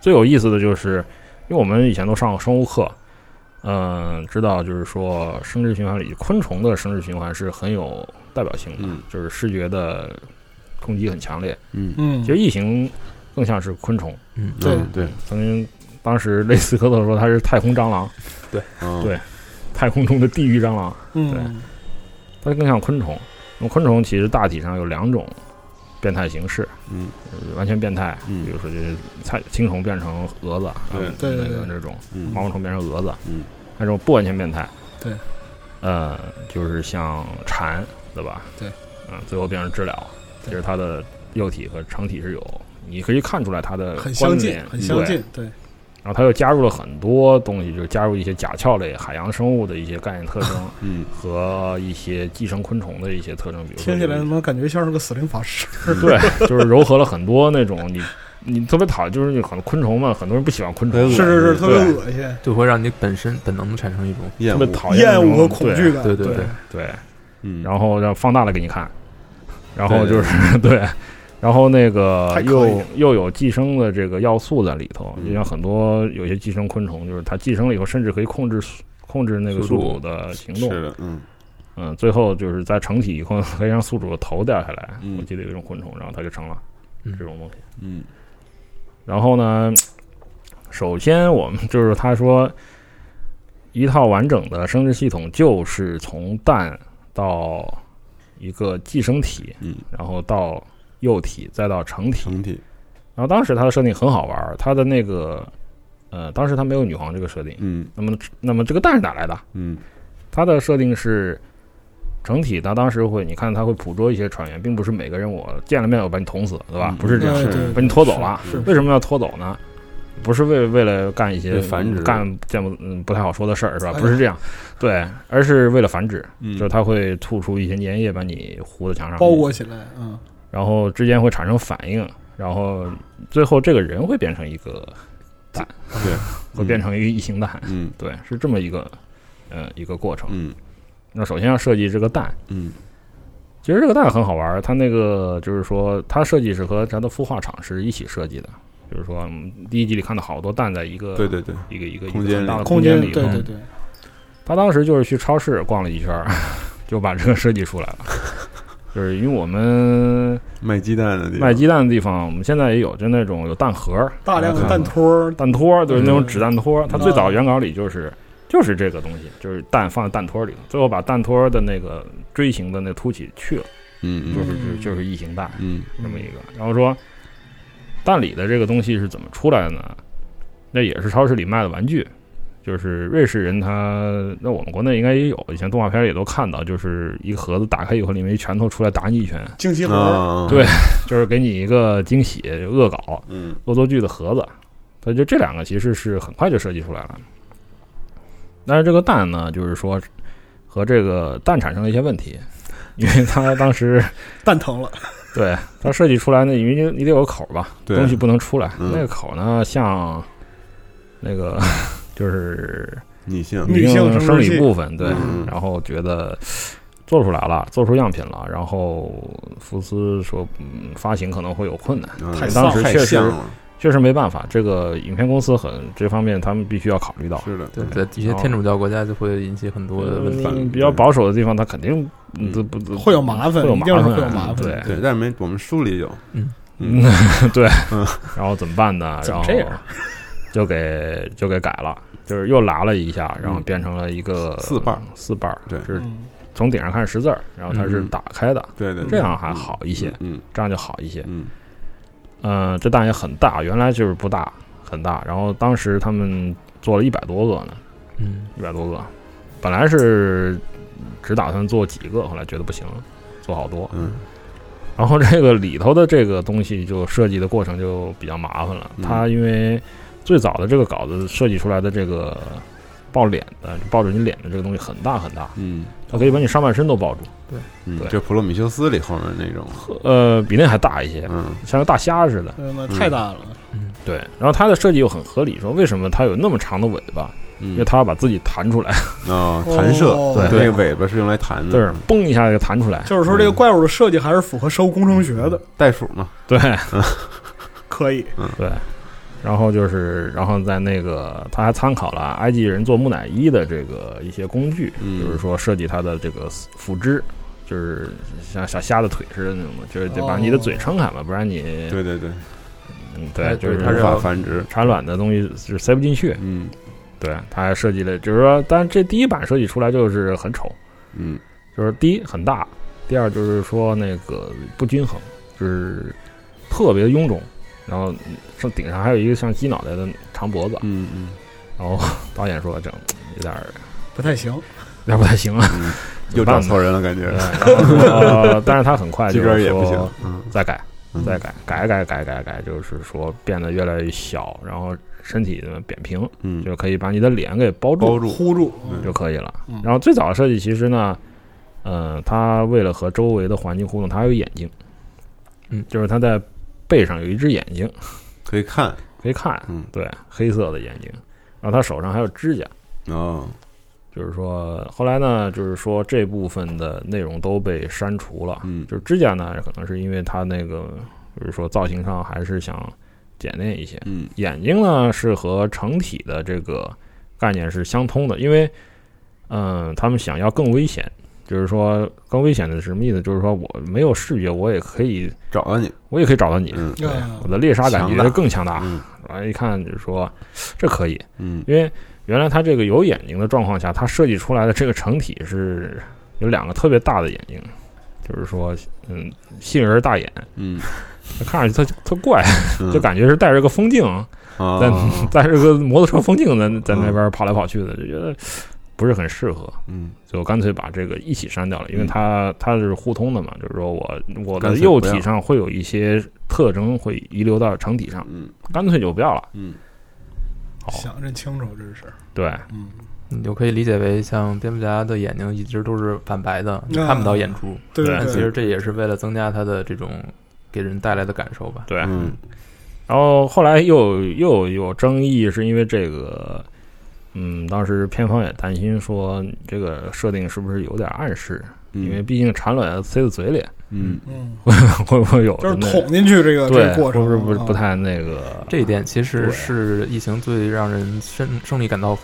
[SPEAKER 4] 最有意思的就是，因为我们以前都上过生物课，嗯、知道就是说生殖循环里昆虫的生殖循环是很有代表性的，
[SPEAKER 8] 嗯
[SPEAKER 4] 就是视觉的冲击很强烈。
[SPEAKER 8] 嗯，
[SPEAKER 9] 嗯
[SPEAKER 4] 其，实异形更像是昆虫，
[SPEAKER 9] 对
[SPEAKER 8] 嗯对，
[SPEAKER 4] 曾经当时类似科特说它是太空蟑螂，
[SPEAKER 8] 嗯
[SPEAKER 4] 对太空中的地狱蟑螂。
[SPEAKER 9] 嗯，
[SPEAKER 4] 它更像昆虫。那么昆虫其实大体上有两种变态形式，
[SPEAKER 8] 嗯
[SPEAKER 4] 呃完全变态，
[SPEAKER 8] 嗯
[SPEAKER 4] 比如说就是菜青虫变成蛾子，啊
[SPEAKER 8] 对
[SPEAKER 9] 对对
[SPEAKER 4] 那个
[SPEAKER 9] 对
[SPEAKER 4] 这种
[SPEAKER 8] 嗯
[SPEAKER 4] 毛毛虫变成蛾子，
[SPEAKER 8] 嗯，
[SPEAKER 4] 还有这种不完全变态，
[SPEAKER 9] 对，
[SPEAKER 4] 呃，就是像蝉，对吧？
[SPEAKER 9] 对，
[SPEAKER 4] 嗯，最后变成知了，
[SPEAKER 9] 对
[SPEAKER 4] 这是它的幼体和成体是有，你可以看出来它的
[SPEAKER 9] 很相
[SPEAKER 4] 关
[SPEAKER 9] 近
[SPEAKER 4] 联，
[SPEAKER 9] 很相。
[SPEAKER 4] 对
[SPEAKER 9] 近，对，
[SPEAKER 4] 然后它又加入了很多东西，就是加入一些甲壳类、海洋生物的一些概念特 征，
[SPEAKER 8] 嗯
[SPEAKER 4] 和一些寄生昆虫的一些特征，比如说
[SPEAKER 9] 听起来他妈感觉像是个死灵法师，
[SPEAKER 4] 对，就是糅合了很多那种你你特别讨厌，就是你可能昆虫嘛，很多人不喜欢昆虫，
[SPEAKER 9] 是是是，特别恶心，
[SPEAKER 3] 就会让你本身本能地产生一种
[SPEAKER 8] 厌
[SPEAKER 4] 特
[SPEAKER 8] 恶
[SPEAKER 4] 别，讨厌
[SPEAKER 9] 厌恶
[SPEAKER 4] 和
[SPEAKER 9] 和恐惧感，
[SPEAKER 3] 对对对
[SPEAKER 4] 对，
[SPEAKER 8] 嗯，
[SPEAKER 4] 然后让放大了给你看，然后
[SPEAKER 8] 对
[SPEAKER 4] 就是 对。然后那个
[SPEAKER 9] 太可以
[SPEAKER 4] 又
[SPEAKER 9] 了
[SPEAKER 4] 又有寄生的这个要素在里头，
[SPEAKER 8] 嗯
[SPEAKER 4] 就像很多有些寄生昆虫，就是它寄生了以后，甚至可以控制宿控制那个
[SPEAKER 3] 宿
[SPEAKER 4] 宿
[SPEAKER 3] 主
[SPEAKER 4] 主的行动。
[SPEAKER 8] 是的，嗯
[SPEAKER 4] 嗯，最后就是在成体以后，可以让宿主的头掉下来。
[SPEAKER 8] 嗯
[SPEAKER 4] 我记得有一种昆虫，然后它就成了
[SPEAKER 3] 嗯
[SPEAKER 4] 这种东西。
[SPEAKER 8] 嗯
[SPEAKER 4] 然后呢，首先我们就是他说，一套完整的生殖系统就是从蛋到一个寄生体，
[SPEAKER 8] 嗯，
[SPEAKER 4] 然后到幼体，再到成体。
[SPEAKER 8] 成体，
[SPEAKER 4] 然后当时它的设定很好玩儿，它的那个呃，当时它没有女皇这个设定。
[SPEAKER 8] 嗯
[SPEAKER 4] 那么，那么这个蛋是哪来的？
[SPEAKER 8] 嗯
[SPEAKER 4] 它的设定是。整体，它当时会，你看它会捕捉一些船员，并不是每个人我见了面我把你捅死，对吧？
[SPEAKER 8] 嗯
[SPEAKER 4] 不是这样，
[SPEAKER 9] 对
[SPEAKER 8] 是
[SPEAKER 9] 对，
[SPEAKER 4] 把你拖走了。
[SPEAKER 9] 是
[SPEAKER 4] 为什么要拖走呢？不是为为了干一些
[SPEAKER 8] 为繁殖
[SPEAKER 4] 干见不嗯不太好说的事儿是吧
[SPEAKER 9] 哎？呀
[SPEAKER 4] 不是这样，对，而是为了繁殖，
[SPEAKER 8] 嗯，
[SPEAKER 4] 就是它会吐出一些粘液把你糊在墙上，
[SPEAKER 9] 包裹起来，嗯，
[SPEAKER 4] 然后之间会产生反应，然后最后这个人会变成一个
[SPEAKER 8] 嗯
[SPEAKER 4] 蛋，
[SPEAKER 8] 对，
[SPEAKER 4] 会变成一个异形蛋，
[SPEAKER 8] 嗯
[SPEAKER 4] 对，是这么一个呃一个过程。
[SPEAKER 8] 嗯
[SPEAKER 4] 那首先要设计这个蛋，
[SPEAKER 8] 嗯
[SPEAKER 4] 其实这个蛋很好玩儿，它那个就是说，它设计是和它的孵化厂是一起设计的。就是说，我们第一集里看到好多蛋在一个
[SPEAKER 8] 嗯，对对对，
[SPEAKER 4] 一个一个
[SPEAKER 8] 空
[SPEAKER 4] 一个
[SPEAKER 8] 间
[SPEAKER 4] 很大
[SPEAKER 8] 里
[SPEAKER 4] 的
[SPEAKER 9] 空
[SPEAKER 4] 啊间
[SPEAKER 9] 间，
[SPEAKER 4] 里嗯
[SPEAKER 9] 对
[SPEAKER 4] 头
[SPEAKER 9] 对对，
[SPEAKER 4] 他当时就是去超市逛了一圈儿， 就把这个设计 出来了。就是因为我们
[SPEAKER 8] 卖鸡蛋的地方
[SPEAKER 4] 卖，鸡蛋的地方，我们现在也有，就那种有蛋盒儿、
[SPEAKER 9] 大量
[SPEAKER 4] 嗯
[SPEAKER 9] 的蛋托，
[SPEAKER 4] 蛋托儿，就是那种
[SPEAKER 9] 嗯
[SPEAKER 4] 纸蛋托儿。它最早原稿里就是就是这个东西，就是蛋放在蛋托儿里，最后把蛋托儿的那个锥形的那凸起去了，
[SPEAKER 8] 嗯
[SPEAKER 4] 就
[SPEAKER 8] 嗯
[SPEAKER 4] 是就是就是异形蛋。
[SPEAKER 8] 嗯
[SPEAKER 4] 这么一个。然后说，蛋里的这个东西是怎么出来的呢？那也是超市里卖的玩具，就是瑞士人他，那我们国内应该也有，以前动画片里也都看到，就是一个盒子打开以后，里面一拳头出来打你一拳，
[SPEAKER 9] 惊奇盒，
[SPEAKER 8] 啊，
[SPEAKER 4] 对就是给你一个惊喜恶搞
[SPEAKER 8] 嗯
[SPEAKER 4] 恶作剧的盒子。所以就这两个其实是很快就设计出来了。但是这个蛋呢，就是说和这个蛋产生了一些问题，因为 它当时
[SPEAKER 9] 蛋疼了，
[SPEAKER 4] 对它设计出来呢，因为你得有个口儿吧，
[SPEAKER 8] 对，
[SPEAKER 9] 嗯
[SPEAKER 4] 东西不能出来。
[SPEAKER 8] 嗯
[SPEAKER 4] 那个口呢，像那个就是
[SPEAKER 8] 女性
[SPEAKER 9] 女性生殖器
[SPEAKER 4] 生理部分，对
[SPEAKER 8] 嗯，
[SPEAKER 4] 然后觉得做出来了，做出样品了，然后福斯说，嗯，发行可能会有困难，
[SPEAKER 8] 嗯
[SPEAKER 9] 太
[SPEAKER 4] 当时
[SPEAKER 8] 太
[SPEAKER 4] 确实
[SPEAKER 8] 像了，
[SPEAKER 4] 确实没办法，这个影片公司很这方面他们必须要考虑到。
[SPEAKER 8] 是的，
[SPEAKER 3] 对，在一些
[SPEAKER 9] 哦
[SPEAKER 3] 天主教国家就会引起很多的问题。
[SPEAKER 4] 嗯比较保守的地方，他肯定
[SPEAKER 8] 嗯
[SPEAKER 4] 不不
[SPEAKER 9] 会有麻烦
[SPEAKER 4] 会有麻
[SPEAKER 9] 一定是
[SPEAKER 4] 烦，啊
[SPEAKER 9] 会有麻烦
[SPEAKER 4] 对，
[SPEAKER 8] 对，但是没我们书里有，
[SPEAKER 3] 嗯
[SPEAKER 8] 嗯，
[SPEAKER 4] 然后怎么办呢？
[SPEAKER 9] 怎
[SPEAKER 4] 然
[SPEAKER 9] 么
[SPEAKER 4] 后
[SPEAKER 9] 这样
[SPEAKER 4] 就给就给改了，就是又拉了一下，然后
[SPEAKER 8] 嗯
[SPEAKER 4] 变成了一个
[SPEAKER 8] 四瓣儿
[SPEAKER 4] 四瓣儿
[SPEAKER 8] 对
[SPEAKER 4] 就是
[SPEAKER 9] 嗯
[SPEAKER 4] 从顶上看识字儿，然后它是
[SPEAKER 8] 嗯
[SPEAKER 4] 打开的，
[SPEAKER 8] 对对，对
[SPEAKER 4] 这样还好一些，
[SPEAKER 8] 嗯
[SPEAKER 4] 这样就好一些。
[SPEAKER 8] 嗯
[SPEAKER 4] 嗯、这蛋也很大，原来就是不大，很大。然后当时他们做了一百多个呢，
[SPEAKER 3] 嗯，
[SPEAKER 4] 一百多个，本来是只打算做几个，后来觉得不行，做好多。
[SPEAKER 8] 嗯
[SPEAKER 4] 然后这个里头的这个东西就设计的过程就比较麻烦了
[SPEAKER 8] 嗯。
[SPEAKER 4] 它因为最早的这个稿子设计出来的这个抱脸的，抱着你脸的这个东西很大很大，
[SPEAKER 8] 嗯
[SPEAKER 4] 它可以把你上半身都抱住，
[SPEAKER 8] 嗯，
[SPEAKER 4] 对
[SPEAKER 8] 就普罗米修斯里后面那种，
[SPEAKER 4] 呃，比那还大一些，
[SPEAKER 8] 嗯
[SPEAKER 4] 像个大虾似的。
[SPEAKER 9] 对那太大了，
[SPEAKER 4] 对，然后它的设计又很合理，说为什么它有那么长的尾巴？因为
[SPEAKER 8] 嗯，
[SPEAKER 4] 它要把自己弹出来，
[SPEAKER 8] 哦，弹射，
[SPEAKER 9] 哦
[SPEAKER 8] 那个尾巴是用来弹
[SPEAKER 4] 就是
[SPEAKER 8] 的，
[SPEAKER 4] 嘣一下就弹出来。
[SPEAKER 9] 就是说这个怪物的设计还是符合生物工程学的，
[SPEAKER 8] 袋鼠嘛，
[SPEAKER 4] 对
[SPEAKER 9] 可以。
[SPEAKER 4] 对，然后就是，然后在那个，他还参考了埃及人做木乃伊的这个一些工具，
[SPEAKER 8] 嗯
[SPEAKER 4] 就是说设计它的这个腹肢，就是像小虾的腿似的那种的，就是得把你的嘴撑开嘛，不然你
[SPEAKER 8] 对对对，
[SPEAKER 4] 嗯
[SPEAKER 3] 哎
[SPEAKER 4] 对，就
[SPEAKER 3] 对它是
[SPEAKER 8] 无
[SPEAKER 4] 是
[SPEAKER 8] 法繁殖，
[SPEAKER 4] 产卵的东西是塞不进去。
[SPEAKER 8] 嗯
[SPEAKER 4] 对，他还设计了，就是说，但是这第一版设计出来就是很丑，
[SPEAKER 8] 嗯
[SPEAKER 4] 就是第一很大，第二就是说那个不均衡，就是特别臃肿，然后上顶上还有一个像鸡脑袋的长脖子，
[SPEAKER 8] 嗯嗯
[SPEAKER 4] 然后导演说这有点儿
[SPEAKER 9] 不太行，
[SPEAKER 4] 有点儿不太 行啊，
[SPEAKER 8] 嗯，又找错人了，感觉
[SPEAKER 4] 对，然后说但是他很快
[SPEAKER 8] 自
[SPEAKER 4] 哎就
[SPEAKER 8] 个儿
[SPEAKER 4] 是
[SPEAKER 8] 也不行
[SPEAKER 4] 说，
[SPEAKER 8] 嗯
[SPEAKER 4] 再改
[SPEAKER 8] 嗯，
[SPEAKER 4] 再改，改改改改改，就是说变得越来越小，然后身体呢扁平，
[SPEAKER 8] 嗯，
[SPEAKER 4] 就可以把你的脸给包住
[SPEAKER 8] 包住，
[SPEAKER 9] 呼住
[SPEAKER 4] 就可以了
[SPEAKER 9] 嗯。
[SPEAKER 4] 然后最早的设计其实呢，呃，它为了和周围的环境互动，它还有眼睛，
[SPEAKER 3] 嗯，
[SPEAKER 4] 就是它在背上有一只眼睛
[SPEAKER 8] 可以看，
[SPEAKER 4] 可以看，
[SPEAKER 8] 嗯
[SPEAKER 4] 对，黑色的眼睛，然后它手上还有指甲。
[SPEAKER 8] 哦，
[SPEAKER 4] 就是说，后来呢，就是说这部分的内容都被删除了。
[SPEAKER 8] 嗯
[SPEAKER 4] 就是指甲呢，可能是因为它那个，就是说造型上还是想简练一些。
[SPEAKER 8] 嗯
[SPEAKER 4] 眼睛呢是和成体的这个概念是相通的，因为，嗯、他们想要更危险，就是说更危险的是什么意思？就是说我没有视觉，我也可以，
[SPEAKER 8] 找到你，
[SPEAKER 4] 我也可以找到你，
[SPEAKER 8] 嗯
[SPEAKER 4] 对
[SPEAKER 9] 啊
[SPEAKER 4] 我的猎杀感
[SPEAKER 8] 强大
[SPEAKER 4] 觉更强大。
[SPEAKER 8] 嗯
[SPEAKER 4] 然后一看就是说，这可以，
[SPEAKER 8] 嗯
[SPEAKER 4] 因为原来它这个有眼睛的状况下，它设计出来的这个成体是有两个特别大的眼睛，就是说，嗯，杏仁大眼，
[SPEAKER 8] 嗯，
[SPEAKER 4] 看上去它就特怪，
[SPEAKER 8] 嗯
[SPEAKER 4] 就感觉是带着个风镜，
[SPEAKER 8] 啊
[SPEAKER 4] 在 带着个摩托车风镜在在那边跑来跑去的，就觉得不是很适合，
[SPEAKER 8] 嗯
[SPEAKER 4] 就干脆把这个一起删掉了，因为
[SPEAKER 8] 嗯
[SPEAKER 4] 它它是互通的嘛，就是说我我
[SPEAKER 8] 干
[SPEAKER 4] 的
[SPEAKER 8] 脆
[SPEAKER 4] 右
[SPEAKER 8] 不要
[SPEAKER 4] 体上会有一些特征会遗留到成体上，
[SPEAKER 8] 嗯
[SPEAKER 4] 干脆就不要了。
[SPEAKER 8] 嗯
[SPEAKER 9] 想认清楚这是。
[SPEAKER 4] 对，
[SPEAKER 9] 嗯，
[SPEAKER 3] 你就可以理解为像蝙蝠侠的眼睛一直都是反白的，你
[SPEAKER 9] 啊
[SPEAKER 3] 看不到眼珠。
[SPEAKER 9] 对
[SPEAKER 4] 对
[SPEAKER 3] 但其
[SPEAKER 9] 对，
[SPEAKER 3] 实这也是为了增加他的这种给人带来的感受吧。
[SPEAKER 4] 对
[SPEAKER 8] 嗯
[SPEAKER 4] 然后后来又又有争议，是因为这个，嗯，当时片方也担心说这个设定是不是有点暗示，
[SPEAKER 8] 嗯，
[SPEAKER 4] 因为毕竟产卵塞在嘴里，
[SPEAKER 8] 嗯
[SPEAKER 9] 嗯，
[SPEAKER 4] 会不会有
[SPEAKER 9] 就是
[SPEAKER 4] 那
[SPEAKER 9] 捅进去这个这
[SPEAKER 4] 对
[SPEAKER 9] 个过程，
[SPEAKER 4] 会不是不
[SPEAKER 9] 啊
[SPEAKER 4] 不太那个
[SPEAKER 3] 这一点其实
[SPEAKER 4] 对
[SPEAKER 3] 是疫情最让人生生理感到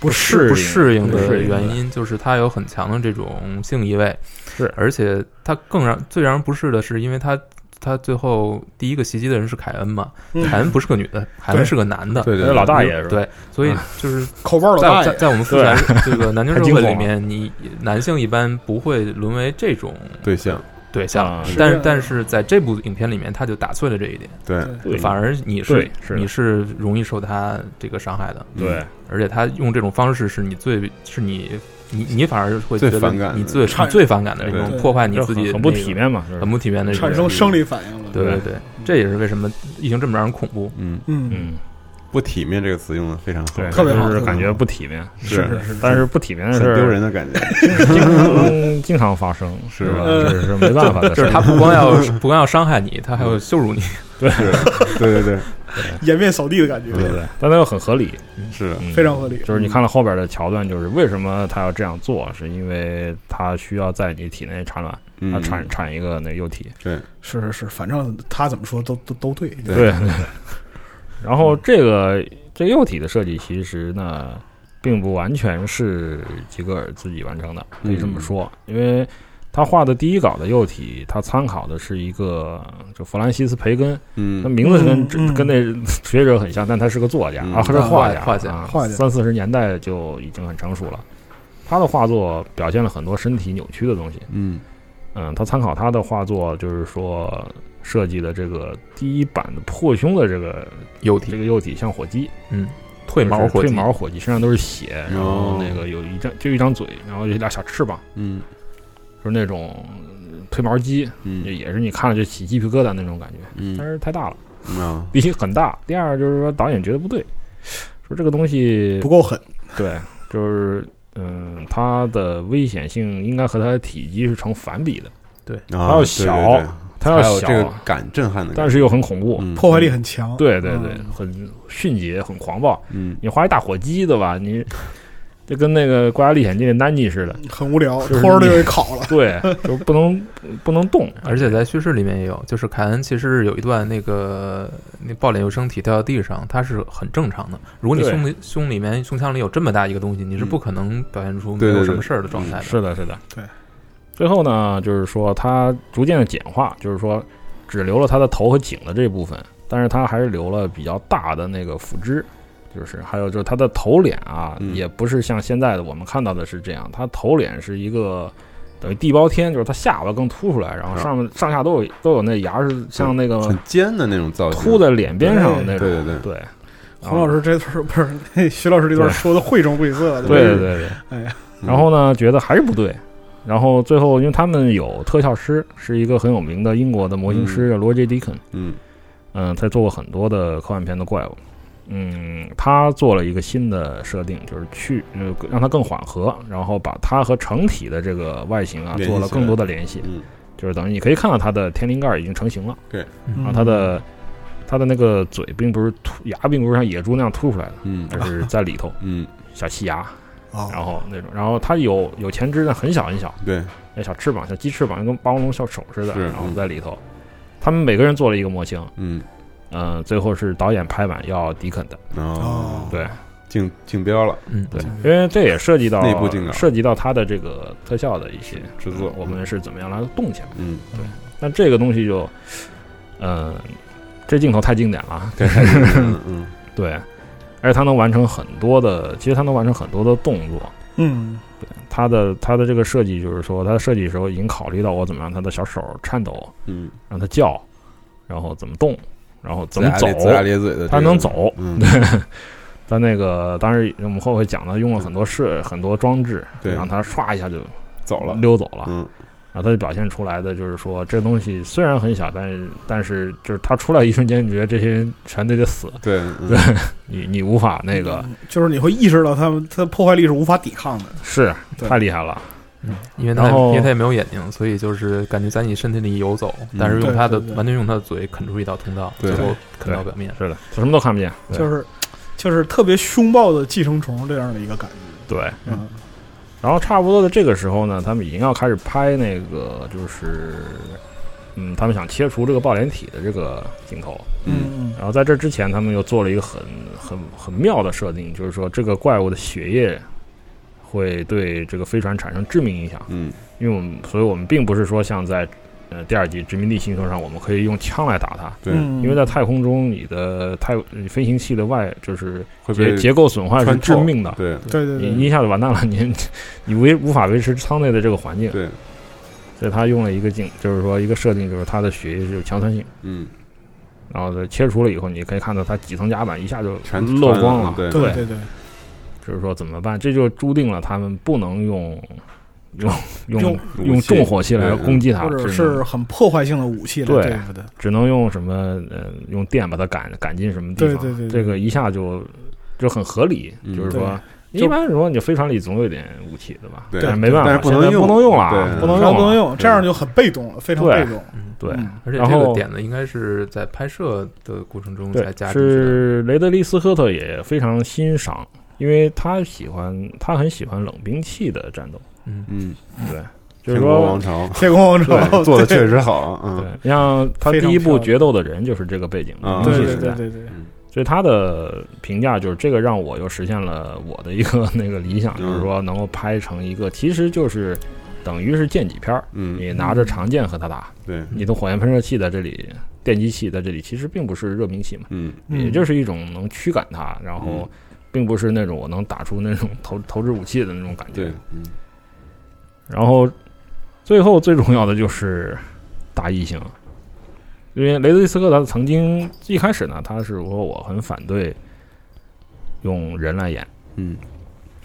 [SPEAKER 4] 不
[SPEAKER 3] 适不适应
[SPEAKER 4] 不
[SPEAKER 3] 的
[SPEAKER 4] 适应
[SPEAKER 3] 原
[SPEAKER 4] 对
[SPEAKER 3] 因，就是它有很强的这种性意味，
[SPEAKER 4] 是
[SPEAKER 3] 而且它更让最让人不适的是，因为它它最后第一个袭击的人是凯恩嘛，
[SPEAKER 9] 嗯
[SPEAKER 3] 凯恩不是个女的，凯恩是个男的，
[SPEAKER 8] 对对
[SPEAKER 4] 那老大爷是吧？
[SPEAKER 3] 对，所以就是
[SPEAKER 9] 口爆老
[SPEAKER 3] 在
[SPEAKER 9] 大
[SPEAKER 3] 在
[SPEAKER 9] 爷，
[SPEAKER 3] 在我们父权这个男性社
[SPEAKER 4] 太惊
[SPEAKER 3] 会
[SPEAKER 4] 悚
[SPEAKER 3] 里面，你男性一般不会沦为这种
[SPEAKER 8] 对象，
[SPEAKER 3] 对象，
[SPEAKER 4] 啊，
[SPEAKER 3] 但
[SPEAKER 9] 是
[SPEAKER 3] 是
[SPEAKER 9] 啊
[SPEAKER 3] 但是在这部影片里面，他就打碎了这一点，
[SPEAKER 8] 嗯对
[SPEAKER 4] 对
[SPEAKER 3] 反而你是
[SPEAKER 4] 对是的啊
[SPEAKER 3] 你是容易受他这个伤害的，
[SPEAKER 8] 嗯
[SPEAKER 4] 对
[SPEAKER 3] 而且他用这种方式是你最是你你你反而会
[SPEAKER 8] 最
[SPEAKER 3] 觉得
[SPEAKER 8] 反感的
[SPEAKER 3] 你最
[SPEAKER 9] 产
[SPEAKER 3] 最反感的这
[SPEAKER 8] 对
[SPEAKER 3] 种
[SPEAKER 9] 对
[SPEAKER 3] 破坏你
[SPEAKER 4] 就
[SPEAKER 3] 自己
[SPEAKER 4] 很很不
[SPEAKER 3] 那个
[SPEAKER 4] 体面嘛，就是
[SPEAKER 3] 很不体面的这种
[SPEAKER 9] 产生生理反应了。
[SPEAKER 3] 对对对，这也是为什么疫情这么让人恐怖。
[SPEAKER 8] 嗯，
[SPEAKER 9] 嗯，
[SPEAKER 4] 嗯，
[SPEAKER 8] 不体面这个词用的非常好
[SPEAKER 4] 对，，
[SPEAKER 9] 特别好
[SPEAKER 4] 就是
[SPEAKER 9] 特别
[SPEAKER 4] 感觉
[SPEAKER 9] 好
[SPEAKER 4] 不体面，
[SPEAKER 8] 是
[SPEAKER 9] 是是
[SPEAKER 4] 但嗯是不体面的
[SPEAKER 8] 很
[SPEAKER 4] 事儿
[SPEAKER 8] 丢人的感觉，
[SPEAKER 4] 经 常经常发生，
[SPEAKER 8] 是
[SPEAKER 4] 吧？
[SPEAKER 9] 嗯
[SPEAKER 4] 这 是没办法的事
[SPEAKER 3] 就
[SPEAKER 4] 儿，嗯
[SPEAKER 3] 是他不光要不光要伤害你，他还要羞辱你。
[SPEAKER 8] 是，对对对，
[SPEAKER 9] 颜面扫地的感觉，
[SPEAKER 4] 对对，但它又很合理，
[SPEAKER 8] 是
[SPEAKER 4] 嗯
[SPEAKER 9] 非常合理。
[SPEAKER 4] 就是你看了后边的桥段，就是为什么他要这样做，是因为他需要在你体内产卵，
[SPEAKER 8] 嗯
[SPEAKER 4] 他产产一个那个幼体。
[SPEAKER 8] 对，
[SPEAKER 9] 是是是，反正他怎么说都都都对。
[SPEAKER 8] 对
[SPEAKER 4] 对 对。然后这个这个幼体的设计，其实呢，并不完全是吉格尔自己完成的，可以
[SPEAKER 8] 嗯
[SPEAKER 4] 这么说，因为他画的第一稿的幼体，他参考的是一个就弗兰西斯培根，那
[SPEAKER 8] 嗯
[SPEAKER 4] 名字跟、
[SPEAKER 9] 嗯嗯
[SPEAKER 4] 跟那学者很像，但他是个作家、
[SPEAKER 8] 嗯
[SPEAKER 4] 啊，他是画家，
[SPEAKER 3] 啊画家
[SPEAKER 4] 啊
[SPEAKER 9] 画家
[SPEAKER 4] 三四十年代就已经很成熟了。他的画作表现了很多身体扭曲的东西，
[SPEAKER 8] 嗯
[SPEAKER 4] 嗯，他参考他的画作，就是说设计的这个第一版的破胸的这个
[SPEAKER 3] 幼
[SPEAKER 4] 这
[SPEAKER 3] 体
[SPEAKER 4] 个幼体像火鸡，
[SPEAKER 3] 嗯，褪毛
[SPEAKER 4] 就是
[SPEAKER 3] 火
[SPEAKER 4] 褪
[SPEAKER 3] 鸡
[SPEAKER 4] 毛火鸡身上都是血，然后
[SPEAKER 8] 哦
[SPEAKER 4] 那个有一张就一张嘴，然后有俩小翅膀，
[SPEAKER 8] 嗯
[SPEAKER 4] 就是那种褪毛鸡，
[SPEAKER 8] 嗯
[SPEAKER 4] 也是你看了就起鸡皮疙瘩那种感觉，
[SPEAKER 8] 嗯
[SPEAKER 4] 但是太大了。
[SPEAKER 8] 啊，
[SPEAKER 4] 第一很大，第二就是说导演觉得不对，说这个东西
[SPEAKER 9] 不够狠，
[SPEAKER 4] 对，就是嗯，它的危险性应该和它的体积是成反比的，
[SPEAKER 8] 它
[SPEAKER 4] 要小它要
[SPEAKER 8] 还有
[SPEAKER 4] 小，啊
[SPEAKER 8] 这个感震撼的感觉，
[SPEAKER 4] 但是又很恐怖，
[SPEAKER 8] 嗯
[SPEAKER 9] 破坏力很强。
[SPEAKER 4] 对对对，
[SPEAKER 9] 嗯
[SPEAKER 4] 很迅捷，很狂暴。
[SPEAKER 8] 嗯
[SPEAKER 4] 你画一大火鸡对吧？你 就跟那个《国家历险记》的丹尼似的，
[SPEAKER 9] 很无聊，
[SPEAKER 4] 就是
[SPEAKER 9] 拖着队给 烤了。
[SPEAKER 4] 对，就不能不能动，
[SPEAKER 3] 而且在叙事里面也有，就是凯恩其实有一段那个那爆脸有生体掉到地上，它是很正常的。如果你
[SPEAKER 4] 对嗯
[SPEAKER 3] 胸里胸里面胸腔里有这么大一个东西，你是不可能表现出没
[SPEAKER 8] 对对
[SPEAKER 3] 有
[SPEAKER 8] 对
[SPEAKER 3] 什么事儿的状态的。
[SPEAKER 4] 是的，是的，
[SPEAKER 9] 对。
[SPEAKER 4] 最后呢，就是说它逐渐的简化，就是说只留了它的头和颈的这部分，但是它还是留了比较大的那个腹肢，就是还有就是它的头脸啊，
[SPEAKER 8] 嗯
[SPEAKER 4] 也不是像现在的我们看到的是这样，它头脸是一个。等于地包天，就是它下巴更凸出来，然后
[SPEAKER 8] 是
[SPEAKER 4] 上面上下都有都有那牙是像那个
[SPEAKER 8] 啊很尖的那种造型，
[SPEAKER 4] 凸在脸边上那种。
[SPEAKER 8] 对对对
[SPEAKER 4] 对，
[SPEAKER 9] 洪老师这段 不是嘿徐老师这段
[SPEAKER 4] 对
[SPEAKER 9] 说的绘声绘色的，
[SPEAKER 4] 对对对对。
[SPEAKER 9] 哎呀，
[SPEAKER 8] 嗯
[SPEAKER 4] 然后呢，觉得还是不对。然后最后，因为他们有特效师，是一个很有名的英国的模型师叫罗杰·迪肯，
[SPEAKER 8] 嗯
[SPEAKER 4] 嗯，他做过很多的科幻片的怪物，嗯，他做了一个新的设定，就是去呃让它更缓和，然后把它和成体的这个外形啊
[SPEAKER 8] 联系
[SPEAKER 4] 做了
[SPEAKER 8] 起来
[SPEAKER 4] 更多的联系，
[SPEAKER 8] 嗯
[SPEAKER 4] 就是等于你可以看到它的天灵盖已经成型了，
[SPEAKER 9] 嗯
[SPEAKER 4] 然后它的它的那个嘴并不是凸牙，并不是像野猪那样凸出来的，
[SPEAKER 8] 嗯
[SPEAKER 4] 而 是在里头
[SPEAKER 8] 嗯，
[SPEAKER 4] 小细牙，
[SPEAKER 9] 啊，
[SPEAKER 4] 然后那种，然后它有有前肢，但很小很小，
[SPEAKER 8] 对，
[SPEAKER 4] 那小翅膀像鸡翅膀，跟霸王龙小手似的，
[SPEAKER 8] 是
[SPEAKER 4] 然后
[SPEAKER 8] 嗯
[SPEAKER 4] 在里头。他们每个人做了一个模型，
[SPEAKER 8] 嗯
[SPEAKER 4] 嗯、最后是导演拍板要迪肯的，
[SPEAKER 8] 哦，
[SPEAKER 4] 对
[SPEAKER 8] 竞竞标了，
[SPEAKER 3] 嗯，
[SPEAKER 4] 对，因为这也涉及到
[SPEAKER 8] 内部竞稿
[SPEAKER 4] 涉及到他的这个特效的一些
[SPEAKER 8] 制作
[SPEAKER 4] 我们是怎么样来动起来。
[SPEAKER 8] 嗯，
[SPEAKER 4] 但这个东西就，嗯、这镜头太经典了，
[SPEAKER 8] 对，嗯嗯
[SPEAKER 4] 对，而且它能完成很多的，其实它能完成很多的动作，
[SPEAKER 9] 嗯，
[SPEAKER 4] 它的它的这个设计就是说，它设计的时候已经考虑到我怎么让它的小手颤抖，
[SPEAKER 8] 嗯，
[SPEAKER 4] 让它叫，然后怎么动，然后怎么走
[SPEAKER 8] 龇，牙咧龇牙咧嘴的，
[SPEAKER 4] 它能，走。
[SPEAKER 8] 嗯，
[SPEAKER 4] 但那个当然我们后会讲到，用了很多设很多装置，
[SPEAKER 8] 对
[SPEAKER 4] 让它唰一下就
[SPEAKER 8] 走了，
[SPEAKER 4] 溜走了。
[SPEAKER 8] 嗯
[SPEAKER 4] 然后它就表现出来的就是说，这东西虽然很小，但是但是就是它出来一瞬间，你觉得这些人全都得死，
[SPEAKER 8] 对嗯
[SPEAKER 4] 对，你你无法那个
[SPEAKER 9] 就是你会意识到他们他破坏力是无法抵抗的。
[SPEAKER 4] 是
[SPEAKER 9] 对
[SPEAKER 4] 太厉害了。
[SPEAKER 3] 因为它
[SPEAKER 4] 然后
[SPEAKER 3] 因为它也没有眼睛，所以就是感觉在你身体里游走，但是用
[SPEAKER 9] 对
[SPEAKER 3] 它的
[SPEAKER 9] 对对
[SPEAKER 3] 完全用它的嘴啃出一道通道，
[SPEAKER 8] 嗯对
[SPEAKER 3] 最后啃到表面。
[SPEAKER 4] 是的，什么都看不见，对
[SPEAKER 9] 就是就是特别凶暴的寄生虫这样的一个感觉。
[SPEAKER 4] 对。
[SPEAKER 9] 嗯，
[SPEAKER 4] 然后差不多的这个时候呢，他们已经要开始拍那个，就是，嗯，他们想切除这个抱脸体的这个镜头。
[SPEAKER 9] 嗯
[SPEAKER 4] 然后在这之前，他们又做了一个很很很妙的设定，就是说这个怪物的血液会对这个飞船产生致命影响。
[SPEAKER 8] 嗯
[SPEAKER 4] 因为我们，所以我们并不是说像在呃第二集殖民地星球上，我们可以用枪来打它，
[SPEAKER 8] 对，
[SPEAKER 9] 嗯，
[SPEAKER 4] 因为在太空中，你的太你飞行器的外就是
[SPEAKER 8] 会
[SPEAKER 4] 结
[SPEAKER 8] 被
[SPEAKER 4] 结构损坏是
[SPEAKER 8] 穿
[SPEAKER 4] 致
[SPEAKER 8] 透
[SPEAKER 4] 命的。
[SPEAKER 8] 对
[SPEAKER 9] 对对
[SPEAKER 4] 你
[SPEAKER 9] 对，
[SPEAKER 4] 你一下就完蛋了，你你维无法维持舱内的这个环境，
[SPEAKER 8] 对，
[SPEAKER 4] 所以他用了一个镜，就是说一个设定，就是它的血液是有强酸性，
[SPEAKER 8] 嗯，
[SPEAKER 4] 然后它切除了以后，你可以看到它几层甲板一下就
[SPEAKER 8] 全
[SPEAKER 4] 漏光了，
[SPEAKER 8] 对，
[SPEAKER 9] 对对对，
[SPEAKER 4] 就是说怎么办？这就注定了他们不能用用
[SPEAKER 9] 用
[SPEAKER 4] 用
[SPEAKER 8] 武
[SPEAKER 4] 用
[SPEAKER 8] 器
[SPEAKER 4] 重火器来
[SPEAKER 8] 对嗯
[SPEAKER 4] 攻击它，
[SPEAKER 9] 或者
[SPEAKER 4] 只能
[SPEAKER 9] 是很破坏性的武器来
[SPEAKER 4] 对
[SPEAKER 9] 对付的。
[SPEAKER 4] 只能用什么呃用电把它赶赶进什么地方，
[SPEAKER 9] 对对对对
[SPEAKER 4] 这个一下就就很合理，
[SPEAKER 8] 嗯
[SPEAKER 4] 就是说一般说你飞船里总有点物体的吧？
[SPEAKER 8] 对
[SPEAKER 4] 但是没办法，
[SPEAKER 8] 但是不能
[SPEAKER 4] 现在
[SPEAKER 8] 用
[SPEAKER 4] 不能用了
[SPEAKER 8] 对
[SPEAKER 4] 啊，不能
[SPEAKER 9] 非常
[SPEAKER 4] 用，
[SPEAKER 9] 不能。用，这样就很被动了，非常
[SPEAKER 4] 对
[SPEAKER 9] 被动。嗯
[SPEAKER 4] 对，
[SPEAKER 3] 而且
[SPEAKER 4] 然
[SPEAKER 3] 这
[SPEAKER 4] 后
[SPEAKER 3] 个点子应该是在拍摄的过程中才
[SPEAKER 4] 对，
[SPEAKER 3] 加进去
[SPEAKER 4] 是雷德利·斯科特也非常欣赏，因为他喜欢，他很喜欢冷兵器的战斗。
[SPEAKER 8] 嗯，
[SPEAKER 4] 对，就是
[SPEAKER 8] 天国
[SPEAKER 4] 说
[SPEAKER 8] 王， 朝
[SPEAKER 9] 铁公王朝
[SPEAKER 8] 对做的
[SPEAKER 9] 对
[SPEAKER 8] 确实好啊，嗯
[SPEAKER 4] 对，像他
[SPEAKER 9] 非
[SPEAKER 4] 第
[SPEAKER 9] 常
[SPEAKER 4] 一部《
[SPEAKER 9] 漂亮
[SPEAKER 4] 决斗的人》就是这个背景，
[SPEAKER 8] 啊
[SPEAKER 4] 兵器
[SPEAKER 9] 对
[SPEAKER 4] 时
[SPEAKER 9] 对
[SPEAKER 4] 代
[SPEAKER 9] 对。对对，
[SPEAKER 4] 所以他的评价就是这个让我又实现了我的一个 那个理想，
[SPEAKER 8] 嗯
[SPEAKER 4] 就是说能够拍成一个，其实就是等于是剑戟片儿，
[SPEAKER 8] 嗯，
[SPEAKER 4] 你拿着长剑和他打，
[SPEAKER 8] 对，
[SPEAKER 4] 你的火焰喷射器在这里，电击器在这里，其实并不是热兵器嘛，
[SPEAKER 8] 嗯
[SPEAKER 4] 也就是一种能驱赶它，然
[SPEAKER 3] 嗯
[SPEAKER 4] 后并不是那种我能打出那种投投掷武器的那种感
[SPEAKER 8] 对
[SPEAKER 4] 觉。，然后最后最重要的就是大异形，因为雷德利·斯科特曾经一开始呢，他是说我很反对用人来演，
[SPEAKER 8] 嗯，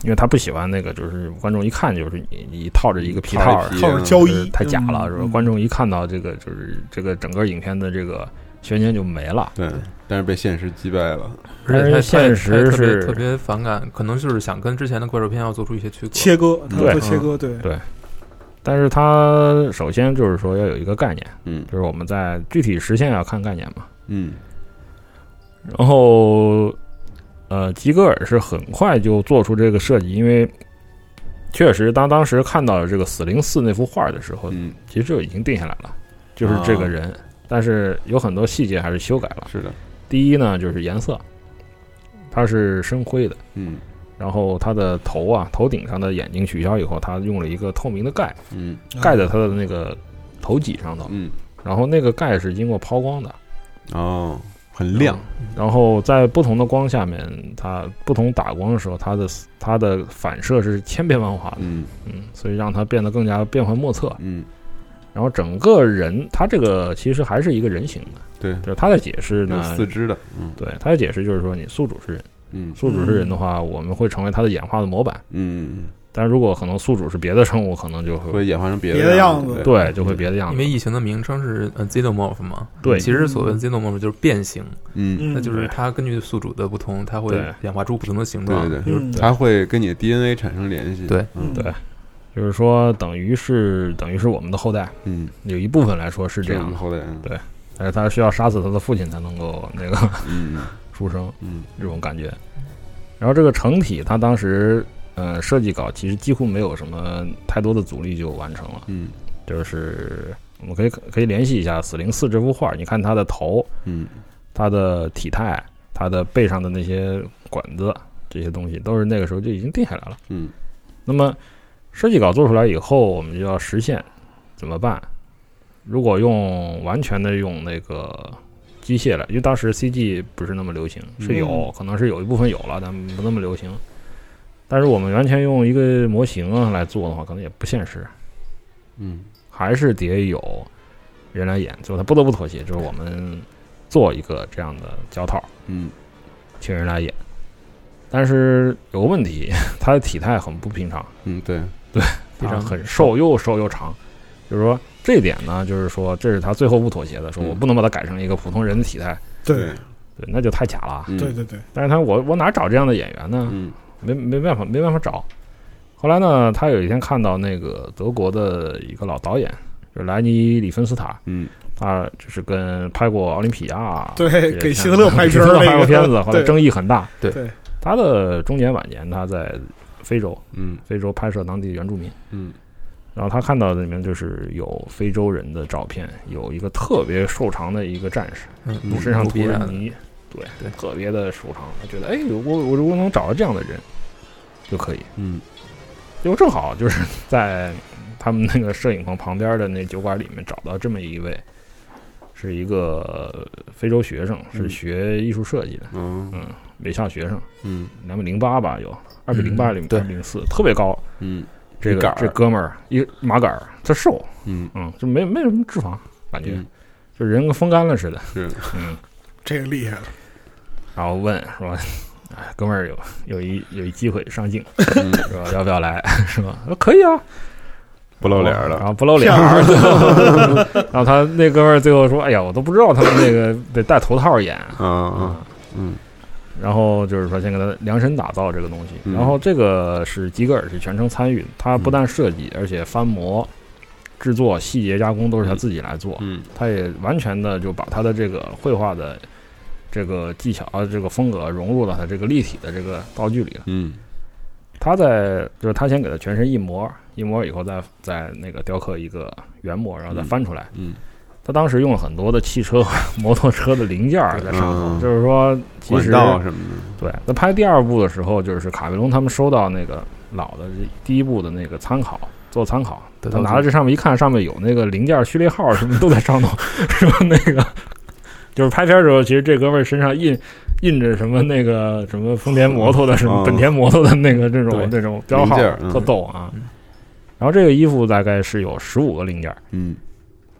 [SPEAKER 4] 因为他不喜欢那个就是观众一看就是你你套着一个皮套
[SPEAKER 8] 套
[SPEAKER 4] 儿，
[SPEAKER 9] 套
[SPEAKER 8] 着
[SPEAKER 9] 着
[SPEAKER 8] 皮
[SPEAKER 9] 胶
[SPEAKER 4] 就是
[SPEAKER 9] 衣
[SPEAKER 4] 太假了，
[SPEAKER 9] 嗯
[SPEAKER 4] 说观众一看到这个就是这个整个影片的这个悬念就没了。
[SPEAKER 8] 对，但是被现实击败了，
[SPEAKER 3] 的，而且他
[SPEAKER 4] 现实
[SPEAKER 3] 他也特别
[SPEAKER 4] 是
[SPEAKER 3] 特别反感，可能就是想跟之前的怪兽片要做出一些区隔。
[SPEAKER 9] 切割，他
[SPEAKER 4] 对嗯
[SPEAKER 9] 会切割，对，
[SPEAKER 4] 但是他首先就是说要有一个概念，
[SPEAKER 8] 嗯
[SPEAKER 4] 就是我们在具体实现要看概念嘛。
[SPEAKER 8] 嗯
[SPEAKER 4] 然后，呃，吉格尔是很快就做出这个设计，因为确实当当时看到这个死灵寺那幅画的时候，
[SPEAKER 8] 嗯，
[SPEAKER 4] 其实就已经定下来了，就是这个人，但是有很多细节还是修改了。
[SPEAKER 8] 是的，
[SPEAKER 4] 第一呢，就是颜色，它是深灰的，
[SPEAKER 8] 嗯
[SPEAKER 4] 然后它的头啊，头顶上的眼睛取消以后，它用了一个透明的盖
[SPEAKER 8] 嗯
[SPEAKER 4] 盖在它的那个头脊上头，
[SPEAKER 8] 嗯，
[SPEAKER 4] 然后那个盖是经过抛光的，
[SPEAKER 8] 哦，很亮，
[SPEAKER 4] 然后在不同的光下面，它不同打光的时候，它的它的反射是千变万化的，
[SPEAKER 8] 嗯
[SPEAKER 4] 嗯，所以让它变得更加变幻莫测。
[SPEAKER 8] 嗯
[SPEAKER 4] 然后整个人，它这个其实还是一个人形的，
[SPEAKER 8] 对
[SPEAKER 4] 就是它的解释
[SPEAKER 8] 有
[SPEAKER 4] 呢
[SPEAKER 8] 四，肢的，嗯
[SPEAKER 4] 对它的解释就是说，你宿主是人，
[SPEAKER 8] 嗯
[SPEAKER 4] 宿主是人的话，我们会成为它的演化的模板。
[SPEAKER 8] 嗯，
[SPEAKER 4] 但如果可能宿主是别的生物，可能就会
[SPEAKER 8] 会演化成别
[SPEAKER 9] 别的
[SPEAKER 8] 样
[SPEAKER 9] 样子
[SPEAKER 4] 对就会别的样
[SPEAKER 3] 因
[SPEAKER 4] 子
[SPEAKER 3] 为。异形的名称是呃 xenomorph 嘛，
[SPEAKER 4] 对
[SPEAKER 3] 其实所谓的
[SPEAKER 4] 嗯
[SPEAKER 3] xenomorph 就是变形，
[SPEAKER 8] 嗯，
[SPEAKER 9] 嗯
[SPEAKER 3] 那就是
[SPEAKER 4] 对
[SPEAKER 3] 它根据宿主的不同，它会
[SPEAKER 4] 对
[SPEAKER 3] 演化出不同的形
[SPEAKER 8] 对
[SPEAKER 3] 状。
[SPEAKER 8] 对对，
[SPEAKER 9] 嗯
[SPEAKER 8] 它会跟你的 DNA 产生联系，
[SPEAKER 3] 对，
[SPEAKER 8] 嗯
[SPEAKER 4] 对就是说，等于是等于是我们的后代，
[SPEAKER 8] 嗯，
[SPEAKER 4] 有一部分来说是这
[SPEAKER 8] 我
[SPEAKER 4] 样
[SPEAKER 8] 们
[SPEAKER 4] 的，
[SPEAKER 8] 后代，嗯
[SPEAKER 4] 对但是他需要杀死他的父亲才能够那个
[SPEAKER 8] 嗯
[SPEAKER 4] 出生。
[SPEAKER 8] 嗯
[SPEAKER 4] 这种感觉。然后这个成体，它当时呃设计稿其实几乎没有什么太多的阻力就完成了，
[SPEAKER 8] 嗯
[SPEAKER 4] 就是我们可以可以联系一下死灵寺这幅画，你看它的头、
[SPEAKER 8] 嗯
[SPEAKER 4] 它的体态、它的背上的那些管子这些东西，都是那个时候就已经定下来了。
[SPEAKER 8] 嗯
[SPEAKER 4] 那么设计稿做出来以后，我们就要实现，怎么办？如果用完全的用那个机械来，因为当时 CG 不是那么流行，是有、可能是有一部分有了，但不那么流行。但是我们完全用一个模型啊来做的话，可能也不现实，
[SPEAKER 8] 嗯
[SPEAKER 4] 还是得有人来演。最后他不得不妥协，就是我们做一个这样的胶套，
[SPEAKER 8] 嗯
[SPEAKER 4] 请人来演。但是有个问题， 他的体态很不平常。
[SPEAKER 8] 嗯，对，
[SPEAKER 4] 非
[SPEAKER 3] 非
[SPEAKER 4] 常
[SPEAKER 3] 常
[SPEAKER 4] 啊很瘦，又瘦又长。就是说这一点呢，就是说这是他最后不妥协的，说
[SPEAKER 8] 嗯
[SPEAKER 4] 我不能把它改成一个普通人的体态，
[SPEAKER 9] 对，
[SPEAKER 4] 对，那就太假了啊。
[SPEAKER 8] 嗯
[SPEAKER 9] 对对对，
[SPEAKER 4] 但是他我我哪找这样的演员呢？
[SPEAKER 8] 嗯
[SPEAKER 4] 没没办法，没办法找。后来呢，他有一天看到那个德国的一个老导演，就是莱尼·里芬斯塔，
[SPEAKER 8] 嗯
[SPEAKER 4] 他就是跟拍过《奥林匹亚》
[SPEAKER 9] 对
[SPEAKER 4] 这些
[SPEAKER 9] 给
[SPEAKER 4] 片
[SPEAKER 9] 希特
[SPEAKER 4] 子
[SPEAKER 9] 勒拍片儿
[SPEAKER 4] 希特勒
[SPEAKER 9] 那
[SPEAKER 4] 拍过
[SPEAKER 9] 个
[SPEAKER 4] 片子，后来
[SPEAKER 9] 对
[SPEAKER 4] 争议很大。
[SPEAKER 3] 对
[SPEAKER 9] 对
[SPEAKER 4] 他的中年晚年，他在非洲，
[SPEAKER 8] 嗯
[SPEAKER 4] 非洲拍摄当地原住民。
[SPEAKER 8] 嗯
[SPEAKER 4] 然后他看到的里面就是有非洲人的照片，有一个特别瘦长的一个战士，
[SPEAKER 3] 嗯，
[SPEAKER 8] 嗯
[SPEAKER 4] 身上
[SPEAKER 3] 努
[SPEAKER 4] 涂
[SPEAKER 3] 比亚
[SPEAKER 4] 着
[SPEAKER 3] 的
[SPEAKER 4] 泥，对
[SPEAKER 3] 对
[SPEAKER 4] 特别的瘦长。他觉得，哎，如果我如果能找到这样的人，就可以。
[SPEAKER 8] 嗯
[SPEAKER 4] 结果正好就是在他们那个摄影棚旁边的那酒馆里面找到这么一位，是一个非洲学生，是
[SPEAKER 8] 嗯
[SPEAKER 4] 学艺术设计的，
[SPEAKER 8] 哦
[SPEAKER 4] 嗯，北校学生，
[SPEAKER 8] 嗯
[SPEAKER 4] 两米零八吧，有二米零八零
[SPEAKER 3] 对
[SPEAKER 4] 零四，特别高。
[SPEAKER 8] 嗯
[SPEAKER 4] 这
[SPEAKER 8] 一杆
[SPEAKER 4] 个
[SPEAKER 8] 儿
[SPEAKER 4] 这哥们儿一马杆儿，他瘦，
[SPEAKER 8] 嗯，
[SPEAKER 4] 嗯，就没没什么脂肪，感觉、
[SPEAKER 8] 嗯
[SPEAKER 4] 就人跟风干了似的。
[SPEAKER 8] 是的，
[SPEAKER 4] 嗯，
[SPEAKER 9] 这个厉害了，
[SPEAKER 4] 然后问说：“哎，哥们儿有有一有一机会上镜，
[SPEAKER 8] 嗯
[SPEAKER 4] 说要不要来？是吧？说可以啊，
[SPEAKER 8] 不露脸
[SPEAKER 4] 然
[SPEAKER 8] 了，
[SPEAKER 4] 后不露脸。 然后他那哥们儿最后说：‘哎呀，我都不知道他们那个得戴头套演。
[SPEAKER 8] 啊’啊，嗯，
[SPEAKER 4] 然后就是说先给他量身打造这个东西，
[SPEAKER 8] 嗯
[SPEAKER 4] 然后这个是吉格尔是全程参与的，他不但设计，而且翻模、制作、细节加工都是他自己来做，
[SPEAKER 8] 嗯
[SPEAKER 4] 他也完全的就把他的这个绘画的这个技巧、啊这个风格融入到他这个立体的这个道具里了。
[SPEAKER 8] 嗯
[SPEAKER 4] 他在就是他先给他全身一模，一模以后再再那个雕刻一个原模，然后再翻出来。
[SPEAKER 8] 嗯
[SPEAKER 4] 他当时用了很多的汽车、 摩托车的零件儿在上头，
[SPEAKER 8] 嗯
[SPEAKER 4] 就是说其
[SPEAKER 8] 管
[SPEAKER 4] 实
[SPEAKER 8] 道啊什么的，
[SPEAKER 4] 对，那拍第二部的时候，就是卡梅隆他们收到那个老的这第一部的那个参考做参考，
[SPEAKER 3] 对
[SPEAKER 4] 他
[SPEAKER 3] 对
[SPEAKER 4] 拿
[SPEAKER 3] 对
[SPEAKER 4] 到这上面一看，上面有那个零件序列号什么都在上头， 然后那个就是拍片的时候，其实这哥们儿身上印印着什么那个什么丰田摩托的什
[SPEAKER 8] 嗯
[SPEAKER 4] 么本田摩托的那个这
[SPEAKER 3] 对
[SPEAKER 4] 种这种标
[SPEAKER 8] 零
[SPEAKER 4] 号
[SPEAKER 8] 件儿，嗯
[SPEAKER 4] 特逗啊。然后这个衣服大概是有十五个零件儿，
[SPEAKER 8] 嗯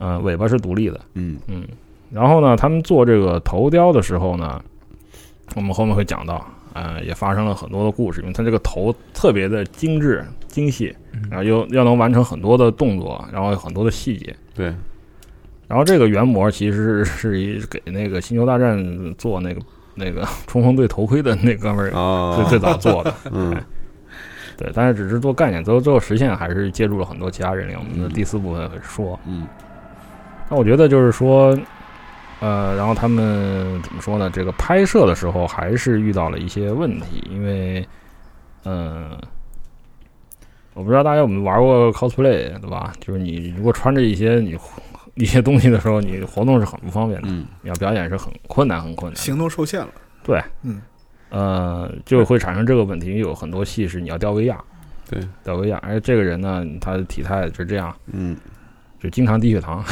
[SPEAKER 4] 嗯，尾巴是独立的，
[SPEAKER 8] 嗯
[SPEAKER 4] 嗯，然后呢，他们做这个头雕的时候呢，我们后面会讲到，呃，也发生了很多的故事，因为它这个头特别的精致精细，然后又要能完成很多的动作，然后有很多的细节。
[SPEAKER 8] 对，
[SPEAKER 4] 然后这个原模其实是一给那个《星球大战》做那个那个 冲锋队头盔的那哥们儿最
[SPEAKER 8] 哦，
[SPEAKER 4] 最早做的，
[SPEAKER 8] 嗯
[SPEAKER 4] 对，但是只是做概念，最后最后实现还是借助了很多其他人员。我们的第四部分会说，
[SPEAKER 8] 嗯
[SPEAKER 4] 那我觉得就是说，呃，然后他们怎么说呢？这个拍摄的时候还是遇到了一些问题，因为，嗯、我不知道大家有没有玩过 cosplay，对吧？就是你如果穿着一些你一些东西的时候，你活动是很不方便的，
[SPEAKER 8] 嗯
[SPEAKER 4] 你要表演是很困难，很困难的。
[SPEAKER 9] 行动受限了。
[SPEAKER 4] 呃，就会产生这个问题，有很多戏是你要吊威亚，
[SPEAKER 8] 对，
[SPEAKER 4] 吊威亚，而这个人呢，他的体态是这样，
[SPEAKER 8] 嗯，
[SPEAKER 4] 就经常低血糖，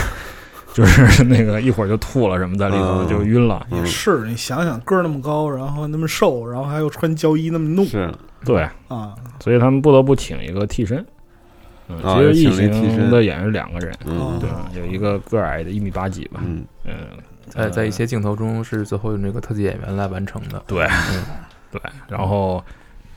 [SPEAKER 4] 就是那个一会儿就吐了什么在里头，
[SPEAKER 8] 嗯
[SPEAKER 4] 就晕了。
[SPEAKER 8] 嗯
[SPEAKER 9] 是你想想，个儿那么高，然后那么瘦，然后还有穿胶衣那么怒
[SPEAKER 8] 是
[SPEAKER 4] 对，
[SPEAKER 9] 啊，
[SPEAKER 4] 所以他们不得不请一个替身。嗯，
[SPEAKER 8] 啊
[SPEAKER 4] 其实异
[SPEAKER 8] 请了一替
[SPEAKER 4] 形
[SPEAKER 8] 身
[SPEAKER 4] 的演员是两个人，
[SPEAKER 8] 嗯
[SPEAKER 4] 对，有一个个儿矮的，一米八几吧，
[SPEAKER 8] 嗯
[SPEAKER 4] 嗯，
[SPEAKER 3] 哎在在一些镜头中是最后用这个特技演员来完成的。
[SPEAKER 4] 对，对，然后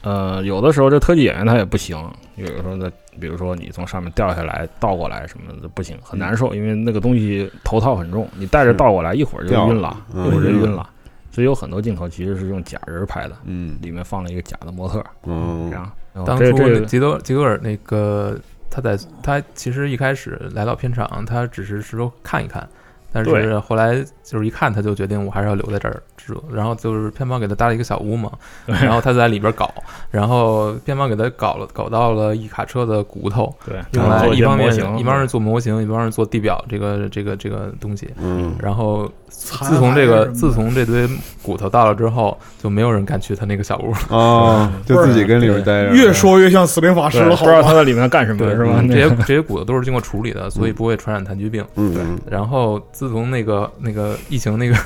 [SPEAKER 4] 呃，有的时候这特技演员他也不行，有时候呢，比如说你从上面掉下来倒过来什么的不行，很难受，因为那个东西头套很重，你带着
[SPEAKER 8] 是
[SPEAKER 4] 倒过来一会儿就
[SPEAKER 8] 掉
[SPEAKER 4] 晕
[SPEAKER 8] 了
[SPEAKER 4] 了，
[SPEAKER 8] 嗯
[SPEAKER 4] 一会儿就
[SPEAKER 8] 晕
[SPEAKER 4] 晕了，所以有很多镜头其实是用假人拍的，
[SPEAKER 8] 嗯
[SPEAKER 4] 里面放了一个假的模特儿，
[SPEAKER 8] 嗯
[SPEAKER 4] 然后
[SPEAKER 9] 哦
[SPEAKER 4] 然后
[SPEAKER 3] 当
[SPEAKER 4] 这
[SPEAKER 3] 初
[SPEAKER 4] 这
[SPEAKER 3] 那
[SPEAKER 4] 个
[SPEAKER 3] 吉多吉多尔那个他在他其实一开始来到片场，他只是是说看一看，但
[SPEAKER 4] 对
[SPEAKER 3] 是后来就是一看他就决定我还是要留在这儿住，然后就是片方给他搭了一个小屋嘛，然后他在里边搞，然后片方给他搞了搞到了一卡车的骨头，
[SPEAKER 4] 对
[SPEAKER 3] 用来
[SPEAKER 4] 做
[SPEAKER 3] 一
[SPEAKER 4] 些
[SPEAKER 3] 方
[SPEAKER 4] 模
[SPEAKER 3] 面
[SPEAKER 4] 型
[SPEAKER 3] 一方面是做模型，一方面是做地表这个这个这个东西，
[SPEAKER 8] 嗯
[SPEAKER 3] 然后
[SPEAKER 9] 残
[SPEAKER 3] 自从这
[SPEAKER 9] 骸
[SPEAKER 3] 个
[SPEAKER 9] 什么的
[SPEAKER 3] 自从这堆骨头到了之后，就没有人敢去他那个小屋了。
[SPEAKER 8] 哦，就自己跟里边待着，
[SPEAKER 9] 越说越像死灵法师
[SPEAKER 4] 对
[SPEAKER 9] 了，
[SPEAKER 4] 不
[SPEAKER 9] 好
[SPEAKER 4] 知道
[SPEAKER 9] 吧？
[SPEAKER 4] 他在里面干什么是吧？
[SPEAKER 3] 嗯这
[SPEAKER 4] 那
[SPEAKER 3] 些
[SPEAKER 4] 个
[SPEAKER 3] 这些骨头都是经过处理的，所以不会传染炭疽病。
[SPEAKER 8] 嗯
[SPEAKER 3] 然后自从那个那个疫情那个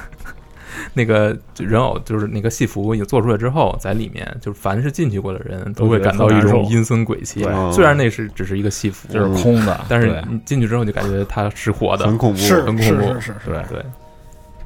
[SPEAKER 3] 那个人偶就是那个戏服已经做出来之后，在里面就是凡是进去过的人都会感到一种阴森鬼气
[SPEAKER 4] 都觉
[SPEAKER 8] 得很难。受
[SPEAKER 3] 虽然那是只是一个戏服，
[SPEAKER 4] 啊就是空的，
[SPEAKER 3] 但是
[SPEAKER 4] 嗯对
[SPEAKER 3] 你进去之后你就感觉它是活的
[SPEAKER 8] 很。恐怖，
[SPEAKER 9] 是
[SPEAKER 3] 很恐怖
[SPEAKER 9] 是是是是，
[SPEAKER 4] 对
[SPEAKER 3] 对，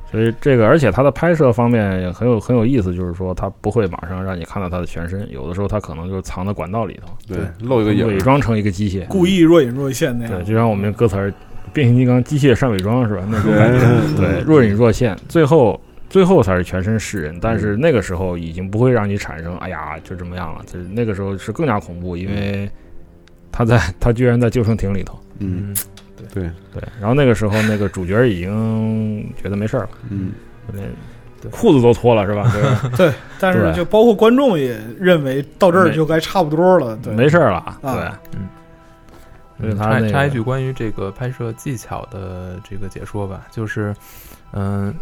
[SPEAKER 4] 所以这个，而且它的拍摄方面也很有很有意思，就是说它不会马上让你看到它的全身，有的时候它可能就是藏在管道里头，
[SPEAKER 8] 对，露一个影
[SPEAKER 4] 伪
[SPEAKER 8] 儿，
[SPEAKER 4] 装成一个机械。
[SPEAKER 9] 故意若隐若现那
[SPEAKER 4] 对，
[SPEAKER 9] 样。
[SPEAKER 4] 就像我们歌词儿“变形金刚机械善伪装”是吧？那种感
[SPEAKER 8] 嗯
[SPEAKER 4] 觉，对，若隐若现，最后最后才是全身是人，但是那个时候已经不会让你产生“哎呀，就这么样了”，就是那个时候是更加恐怖，因为他在他居然在救生艇里头。
[SPEAKER 8] 嗯，对，
[SPEAKER 4] 对，然后那个时候那个主角已经觉得没事儿了，
[SPEAKER 8] 嗯
[SPEAKER 4] 那裤子都脱了是吧？就是
[SPEAKER 9] 但是
[SPEAKER 4] 对
[SPEAKER 9] 就包括观众也认为到这儿
[SPEAKER 4] 没
[SPEAKER 9] 就该差不多了， 对，啊
[SPEAKER 4] 没事儿了，啊对，
[SPEAKER 3] 嗯
[SPEAKER 4] 所以他
[SPEAKER 3] 插
[SPEAKER 4] 那个
[SPEAKER 3] 插一句关于这个拍摄技巧的这个解说吧，就是，嗯、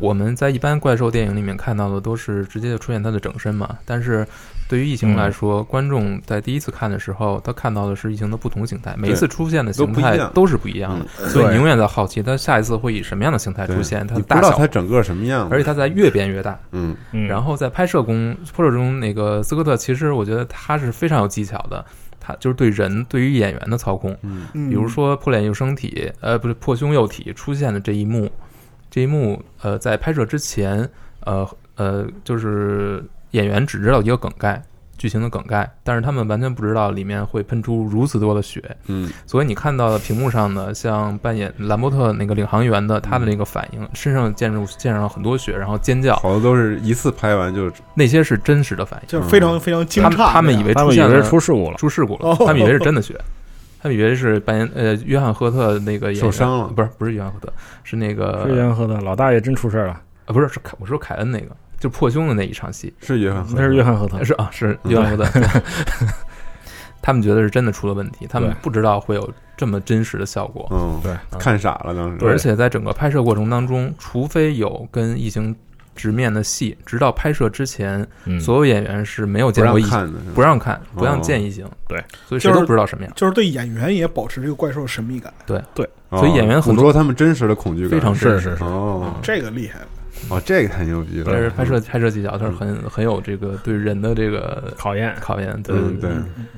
[SPEAKER 3] 我们在一般怪兽电影里面看到的都是直接就出现它的整身嘛，但是对于异形来说，观众在第一次看的时候，他看到的是异形的不同形态，每一次出现的形
[SPEAKER 8] 都不
[SPEAKER 3] 态
[SPEAKER 8] 一样嗯
[SPEAKER 3] 都是不一样的，所以
[SPEAKER 4] 对
[SPEAKER 3] 你永远在好奇它下一次会以什么样的形态出现，它
[SPEAKER 8] 你
[SPEAKER 3] 的
[SPEAKER 8] 不
[SPEAKER 3] 大
[SPEAKER 8] 知道
[SPEAKER 3] 小
[SPEAKER 8] 它，整个什么样，
[SPEAKER 3] 而且它在越变越大。
[SPEAKER 8] 嗯
[SPEAKER 4] 嗯，
[SPEAKER 3] 然后在拍摄工拍摄中，那个斯科特其实我觉得他是非常有技巧的，他就是对人对于演员的操控。
[SPEAKER 8] 嗯
[SPEAKER 9] 嗯
[SPEAKER 3] 比如说破脸右生体，呃，不是破胸右体出现的这一幕，这一幕，呃，在拍摄之前，呃呃，就是演员只知道一个梗概，剧情的梗概，但是他们完全不知道里面会喷出如此多的血。
[SPEAKER 8] 嗯，
[SPEAKER 3] 所以你看到的屏幕上的像扮演兰伯特那个领航员的他的那个反应，身上溅入溅上了很多血，然后尖叫，
[SPEAKER 8] 好多都是一次拍完就
[SPEAKER 3] 那些是真实的反应，
[SPEAKER 9] 就是非常非常惊
[SPEAKER 3] 他们
[SPEAKER 9] 诧。
[SPEAKER 3] 他们以为
[SPEAKER 4] 他
[SPEAKER 3] 出
[SPEAKER 4] 们以
[SPEAKER 3] 现
[SPEAKER 4] 为
[SPEAKER 3] 了
[SPEAKER 4] 是出事故了，
[SPEAKER 3] 出事故了
[SPEAKER 9] 哦，
[SPEAKER 3] 他们以为是真的血，他们以为是扮演呃约翰赫特那个演员
[SPEAKER 8] 受伤了
[SPEAKER 3] 不是不是约翰赫特，是那个
[SPEAKER 4] 是元和的老大爷真出事儿了，
[SPEAKER 3] 啊不是是凯我说凯恩那个就破胸的那一场戏，
[SPEAKER 8] 是约翰，
[SPEAKER 4] 那是约翰和特
[SPEAKER 3] 嗯是啊，是约翰的。 对他们觉得是真的出了问题，他们
[SPEAKER 4] 对
[SPEAKER 3] 不知道会有这么真实的效果。
[SPEAKER 8] 嗯，
[SPEAKER 4] 对，
[SPEAKER 8] 看傻了当时，
[SPEAKER 3] 而且在整个拍摄过程当中，除非有跟异形直面的戏，直到拍摄之前，
[SPEAKER 4] 嗯，
[SPEAKER 3] 所有演员是没有
[SPEAKER 8] 不
[SPEAKER 3] 见
[SPEAKER 8] 让
[SPEAKER 3] 过异形，
[SPEAKER 8] 看的，是吧
[SPEAKER 3] 不让看，不让
[SPEAKER 8] 哦
[SPEAKER 3] 见异形。
[SPEAKER 4] 对，
[SPEAKER 3] 所以谁
[SPEAKER 9] 就
[SPEAKER 3] 都
[SPEAKER 9] 是
[SPEAKER 3] 不知道什么样。
[SPEAKER 9] 就是对演员也保持这个怪兽的神秘感，
[SPEAKER 8] 哦
[SPEAKER 3] 所以演员很多
[SPEAKER 8] 捕捉他们真实的恐惧感，
[SPEAKER 3] 非常
[SPEAKER 4] 是
[SPEAKER 3] 真实嗯
[SPEAKER 4] 是是，
[SPEAKER 8] 哦
[SPEAKER 9] 这个厉害了。
[SPEAKER 8] 哦，这个太牛逼了，
[SPEAKER 3] 这是拍摄拍摄技巧，它是很很有这个对人的这个
[SPEAKER 4] 考验。
[SPEAKER 3] 考验。对
[SPEAKER 8] 嗯，对，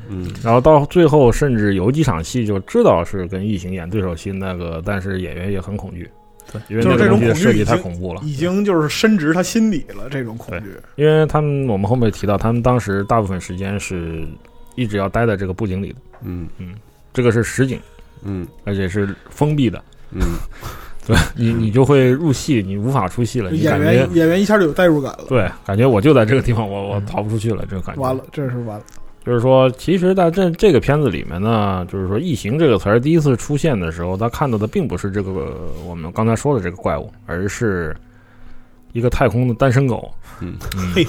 [SPEAKER 8] 嗯，
[SPEAKER 4] 然后到最后，甚至有几场戏就知道是跟异形演对手戏那个，但是演员也很恐惧，
[SPEAKER 3] 对，
[SPEAKER 4] 因为
[SPEAKER 9] 就是
[SPEAKER 4] 那个
[SPEAKER 9] 这种
[SPEAKER 4] 东西
[SPEAKER 9] 恐惧
[SPEAKER 4] 设
[SPEAKER 9] 已
[SPEAKER 4] 计太
[SPEAKER 9] 经
[SPEAKER 4] 恐怖了。
[SPEAKER 9] 已经就是深植他心底了这种恐惧。
[SPEAKER 4] 因为他们我们后面提到，他们当时大部分时间是一直要待在这个布景里的，
[SPEAKER 8] 嗯
[SPEAKER 4] 这个是实景，
[SPEAKER 8] 嗯
[SPEAKER 4] 而且是封闭的，
[SPEAKER 8] 嗯，
[SPEAKER 4] 你你就会入戏，你无法出戏了，你
[SPEAKER 9] 嗯演
[SPEAKER 4] 感觉
[SPEAKER 9] 员演员一下就有代入感了，
[SPEAKER 4] 对，感觉我就在这个地方，我我 逃不出去了，这个感觉。
[SPEAKER 9] 完了，这是完了。
[SPEAKER 4] 就是说，其实在这这个片子里面呢，就是说“异形”这个词儿第一次出现的时候，他看到的并不是这个呃我们刚才说的这个怪物，而是一个太空的单身狗。
[SPEAKER 8] 嗯
[SPEAKER 4] 嗯
[SPEAKER 9] 嘿，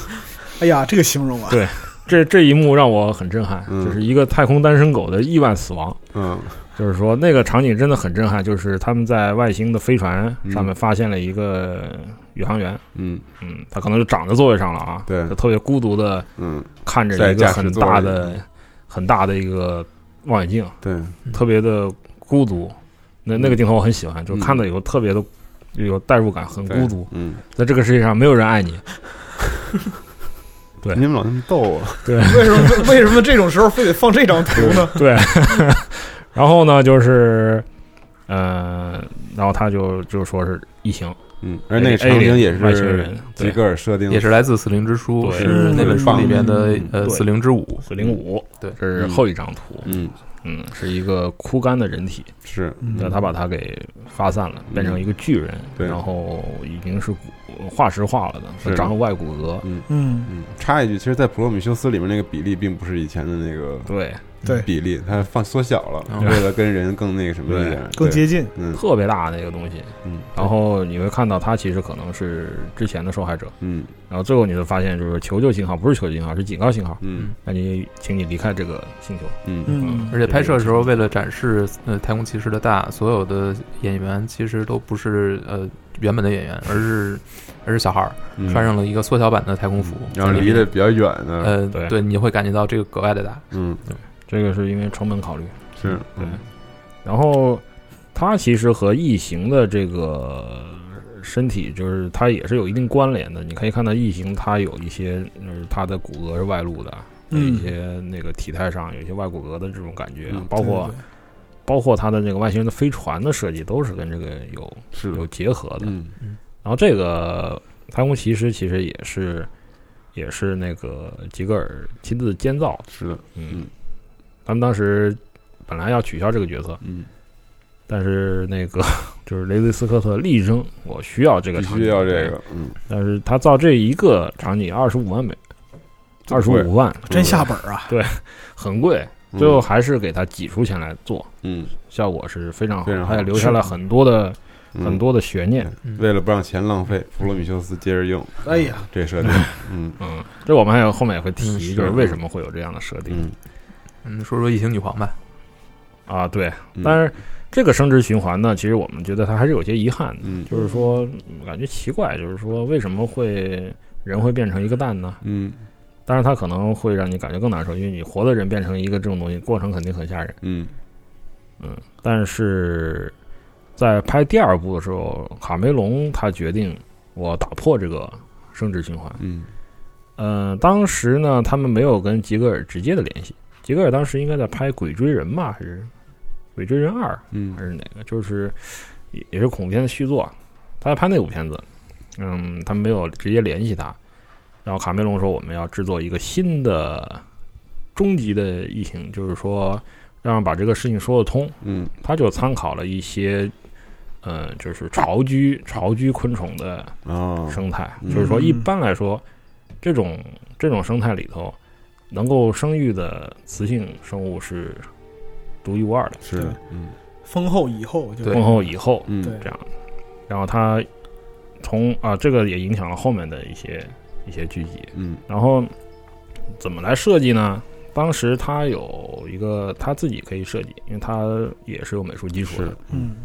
[SPEAKER 9] 哎呀，这个形容啊，
[SPEAKER 4] 对这这一幕让我很震撼，
[SPEAKER 8] 嗯
[SPEAKER 4] 就是一个太空单身狗的意外死亡。
[SPEAKER 8] 嗯
[SPEAKER 4] 就是说，那个场景真的很震撼，就是他们在外星的飞船上
[SPEAKER 9] 嗯
[SPEAKER 4] 面发现了一个宇航员，
[SPEAKER 8] 嗯
[SPEAKER 4] 嗯，他可能就长在座位上了啊，
[SPEAKER 8] 对
[SPEAKER 4] 就特别孤独的
[SPEAKER 8] 嗯，
[SPEAKER 4] 看
[SPEAKER 8] 在
[SPEAKER 4] 着一个
[SPEAKER 8] 驾驶
[SPEAKER 4] 很
[SPEAKER 8] 座
[SPEAKER 4] 大
[SPEAKER 8] 里
[SPEAKER 4] 的、很大的一个望远镜，
[SPEAKER 8] 对，
[SPEAKER 4] 特别的孤独。那那个镜头我很喜欢，
[SPEAKER 8] 嗯
[SPEAKER 4] 就看到以后特别的有代入感，很
[SPEAKER 8] 对
[SPEAKER 4] 孤独。，
[SPEAKER 8] 嗯，
[SPEAKER 4] 在这个世界上，没有人爱你。对
[SPEAKER 8] 你们老那么逗啊我，
[SPEAKER 4] 对
[SPEAKER 9] 为什么为什么这种时候非得放这张图呢？
[SPEAKER 4] 对，然后呢，就是，呃，然后他就就说是异形，
[SPEAKER 8] 嗯，而那个
[SPEAKER 4] A-
[SPEAKER 8] 场景
[SPEAKER 4] alien
[SPEAKER 8] 也
[SPEAKER 4] 外星
[SPEAKER 8] 是
[SPEAKER 4] 人
[SPEAKER 8] 吉
[SPEAKER 4] 对
[SPEAKER 8] 格尔设定的，
[SPEAKER 3] 也是来自《死灵之书》，
[SPEAKER 4] 对
[SPEAKER 3] 是那本书里面的
[SPEAKER 8] 嗯
[SPEAKER 3] 呃《
[SPEAKER 4] 对
[SPEAKER 3] 死灵之舞》。
[SPEAKER 4] 四零五，
[SPEAKER 3] 对
[SPEAKER 4] 这是
[SPEAKER 8] 嗯
[SPEAKER 4] 后一张图，
[SPEAKER 8] 嗯，
[SPEAKER 4] 嗯，是一个枯干的人体，
[SPEAKER 8] 是，
[SPEAKER 4] 那他把它给发散了，变成一个巨人，
[SPEAKER 8] 嗯对
[SPEAKER 4] 然后已经是骨化石化了的，
[SPEAKER 8] 是
[SPEAKER 4] 长了外骨骼，
[SPEAKER 9] 嗯，
[SPEAKER 8] 嗯，插一句，其实，在《普罗米修斯》里面那个比例并不是以前的那个
[SPEAKER 4] 对，
[SPEAKER 9] 对，
[SPEAKER 8] 比例，它放缩小了，
[SPEAKER 3] 嗯
[SPEAKER 8] 为了跟人更那个什么一点，
[SPEAKER 9] 更接近。
[SPEAKER 8] 对，嗯
[SPEAKER 4] 特别大的一个东西。
[SPEAKER 8] 嗯，
[SPEAKER 4] 然后你会看到他其实可能是之前的受害者，
[SPEAKER 8] 嗯
[SPEAKER 4] 然后最后你就发现就是求救信号不是求救信号，是警告信号，
[SPEAKER 8] 嗯
[SPEAKER 4] 那你请你离开这个星球。
[SPEAKER 8] 嗯
[SPEAKER 9] 嗯，
[SPEAKER 3] 而且拍摄的时候，为了展示呃太空骑士的大，所有的演员其实都不是呃原本的演员，而是而是小孩儿
[SPEAKER 8] 嗯，
[SPEAKER 3] 穿上了一个缩小版的太空服，
[SPEAKER 8] 然后
[SPEAKER 3] 在里
[SPEAKER 8] 离
[SPEAKER 3] 面
[SPEAKER 8] 得比较远的，
[SPEAKER 3] 呃
[SPEAKER 4] 对
[SPEAKER 3] 对，你会感觉到这个格外的大。
[SPEAKER 8] 嗯，
[SPEAKER 4] 这个是因为成本考虑。
[SPEAKER 8] 是，
[SPEAKER 4] 对
[SPEAKER 8] 嗯
[SPEAKER 4] 然后它其实和异形的这个身体，就是它也是有一定关联的。你可以看到异形，它有一些就是它的骨骼是外露的，有
[SPEAKER 9] 嗯
[SPEAKER 4] 一些那个体态上有一些外骨骼的这种感觉，
[SPEAKER 8] 嗯
[SPEAKER 4] 包括包括它的那个外星人的飞船的设计都是跟这个有
[SPEAKER 8] 是
[SPEAKER 4] 有结合的。
[SPEAKER 8] 嗯
[SPEAKER 4] 然后这个太空骑士其实也是也是那个吉格尔亲自监造的，
[SPEAKER 8] 是的，
[SPEAKER 4] 嗯
[SPEAKER 8] 嗯，
[SPEAKER 4] 他们当时本来要取消这个角色。
[SPEAKER 8] 嗯，
[SPEAKER 4] 但是那个就是雷迪斯科特力争我需要这个
[SPEAKER 8] 必
[SPEAKER 4] 场景，
[SPEAKER 8] 须要这个，嗯，
[SPEAKER 4] 但是他造这一个场景二十五万美，二十
[SPEAKER 8] 贵
[SPEAKER 4] 五万
[SPEAKER 9] 真下本儿啊！
[SPEAKER 4] 很贵，
[SPEAKER 8] 嗯
[SPEAKER 4] 最后还是给他挤出钱来做，
[SPEAKER 8] 嗯，
[SPEAKER 4] 效果是非常好
[SPEAKER 8] 非常，好
[SPEAKER 4] 他也留下了很多的
[SPEAKER 8] 嗯
[SPEAKER 4] 很多的悬念。
[SPEAKER 8] 为了不让钱浪费，普罗米修斯接着用
[SPEAKER 9] 哎呀，
[SPEAKER 8] 这设 定，嗯
[SPEAKER 4] 嗯，这我们还有后面也会
[SPEAKER 3] 嗯
[SPEAKER 4] 提，
[SPEAKER 8] 是
[SPEAKER 4] 就是为什么会有这样的设定
[SPEAKER 8] 嗯，
[SPEAKER 3] 嗯，说说异形女皇吧，
[SPEAKER 4] 啊？对，
[SPEAKER 8] 嗯
[SPEAKER 4] 但是这个生殖循环呢，其实我们觉得它还是有些遗憾的，
[SPEAKER 8] 嗯
[SPEAKER 4] 就是说嗯感觉奇怪，就是说为什么会人会变成一个蛋呢？
[SPEAKER 8] 嗯
[SPEAKER 4] 当然，它可能会让你感觉更难受，因为你活的人变成一个这种东西，过程肯定很吓人。
[SPEAKER 8] 嗯
[SPEAKER 4] 但是在拍第二部的时候，卡梅隆他决定我打破这个生殖循环。
[SPEAKER 8] 嗯
[SPEAKER 4] 嗯、当时呢，他们没有跟吉格尔直接的联系，吉格尔当时应该在拍《鬼追人》吧，还是《鬼追人二》还
[SPEAKER 8] 嗯
[SPEAKER 4] 是哪个？就是也也啊是恐怖片的续作，他在拍那部片子。嗯，他们没有直接联系他。然后卡梅隆说我们要制作一个新的终极的异形，就是说让把这个事情说得通。
[SPEAKER 8] 嗯
[SPEAKER 4] 他就参考了一些，呃，就是巢居巢居昆虫的
[SPEAKER 8] 啊，
[SPEAKER 4] 生态，
[SPEAKER 8] 嗯
[SPEAKER 4] 就是说一般来说，这种这种生态里头，能够生育的雌性生物是独一无二的，
[SPEAKER 8] 是的，嗯
[SPEAKER 9] 丰后以后就
[SPEAKER 3] 对
[SPEAKER 4] 婚后以后
[SPEAKER 8] 嗯
[SPEAKER 9] 对
[SPEAKER 4] 这样。然后它从啊，这个也影响了后面的一些一些剧集。
[SPEAKER 8] 嗯
[SPEAKER 4] 然后怎么来设计呢？当时他有一个他自己可以设计，因为他也是有美术基础的
[SPEAKER 8] 是。
[SPEAKER 9] 嗯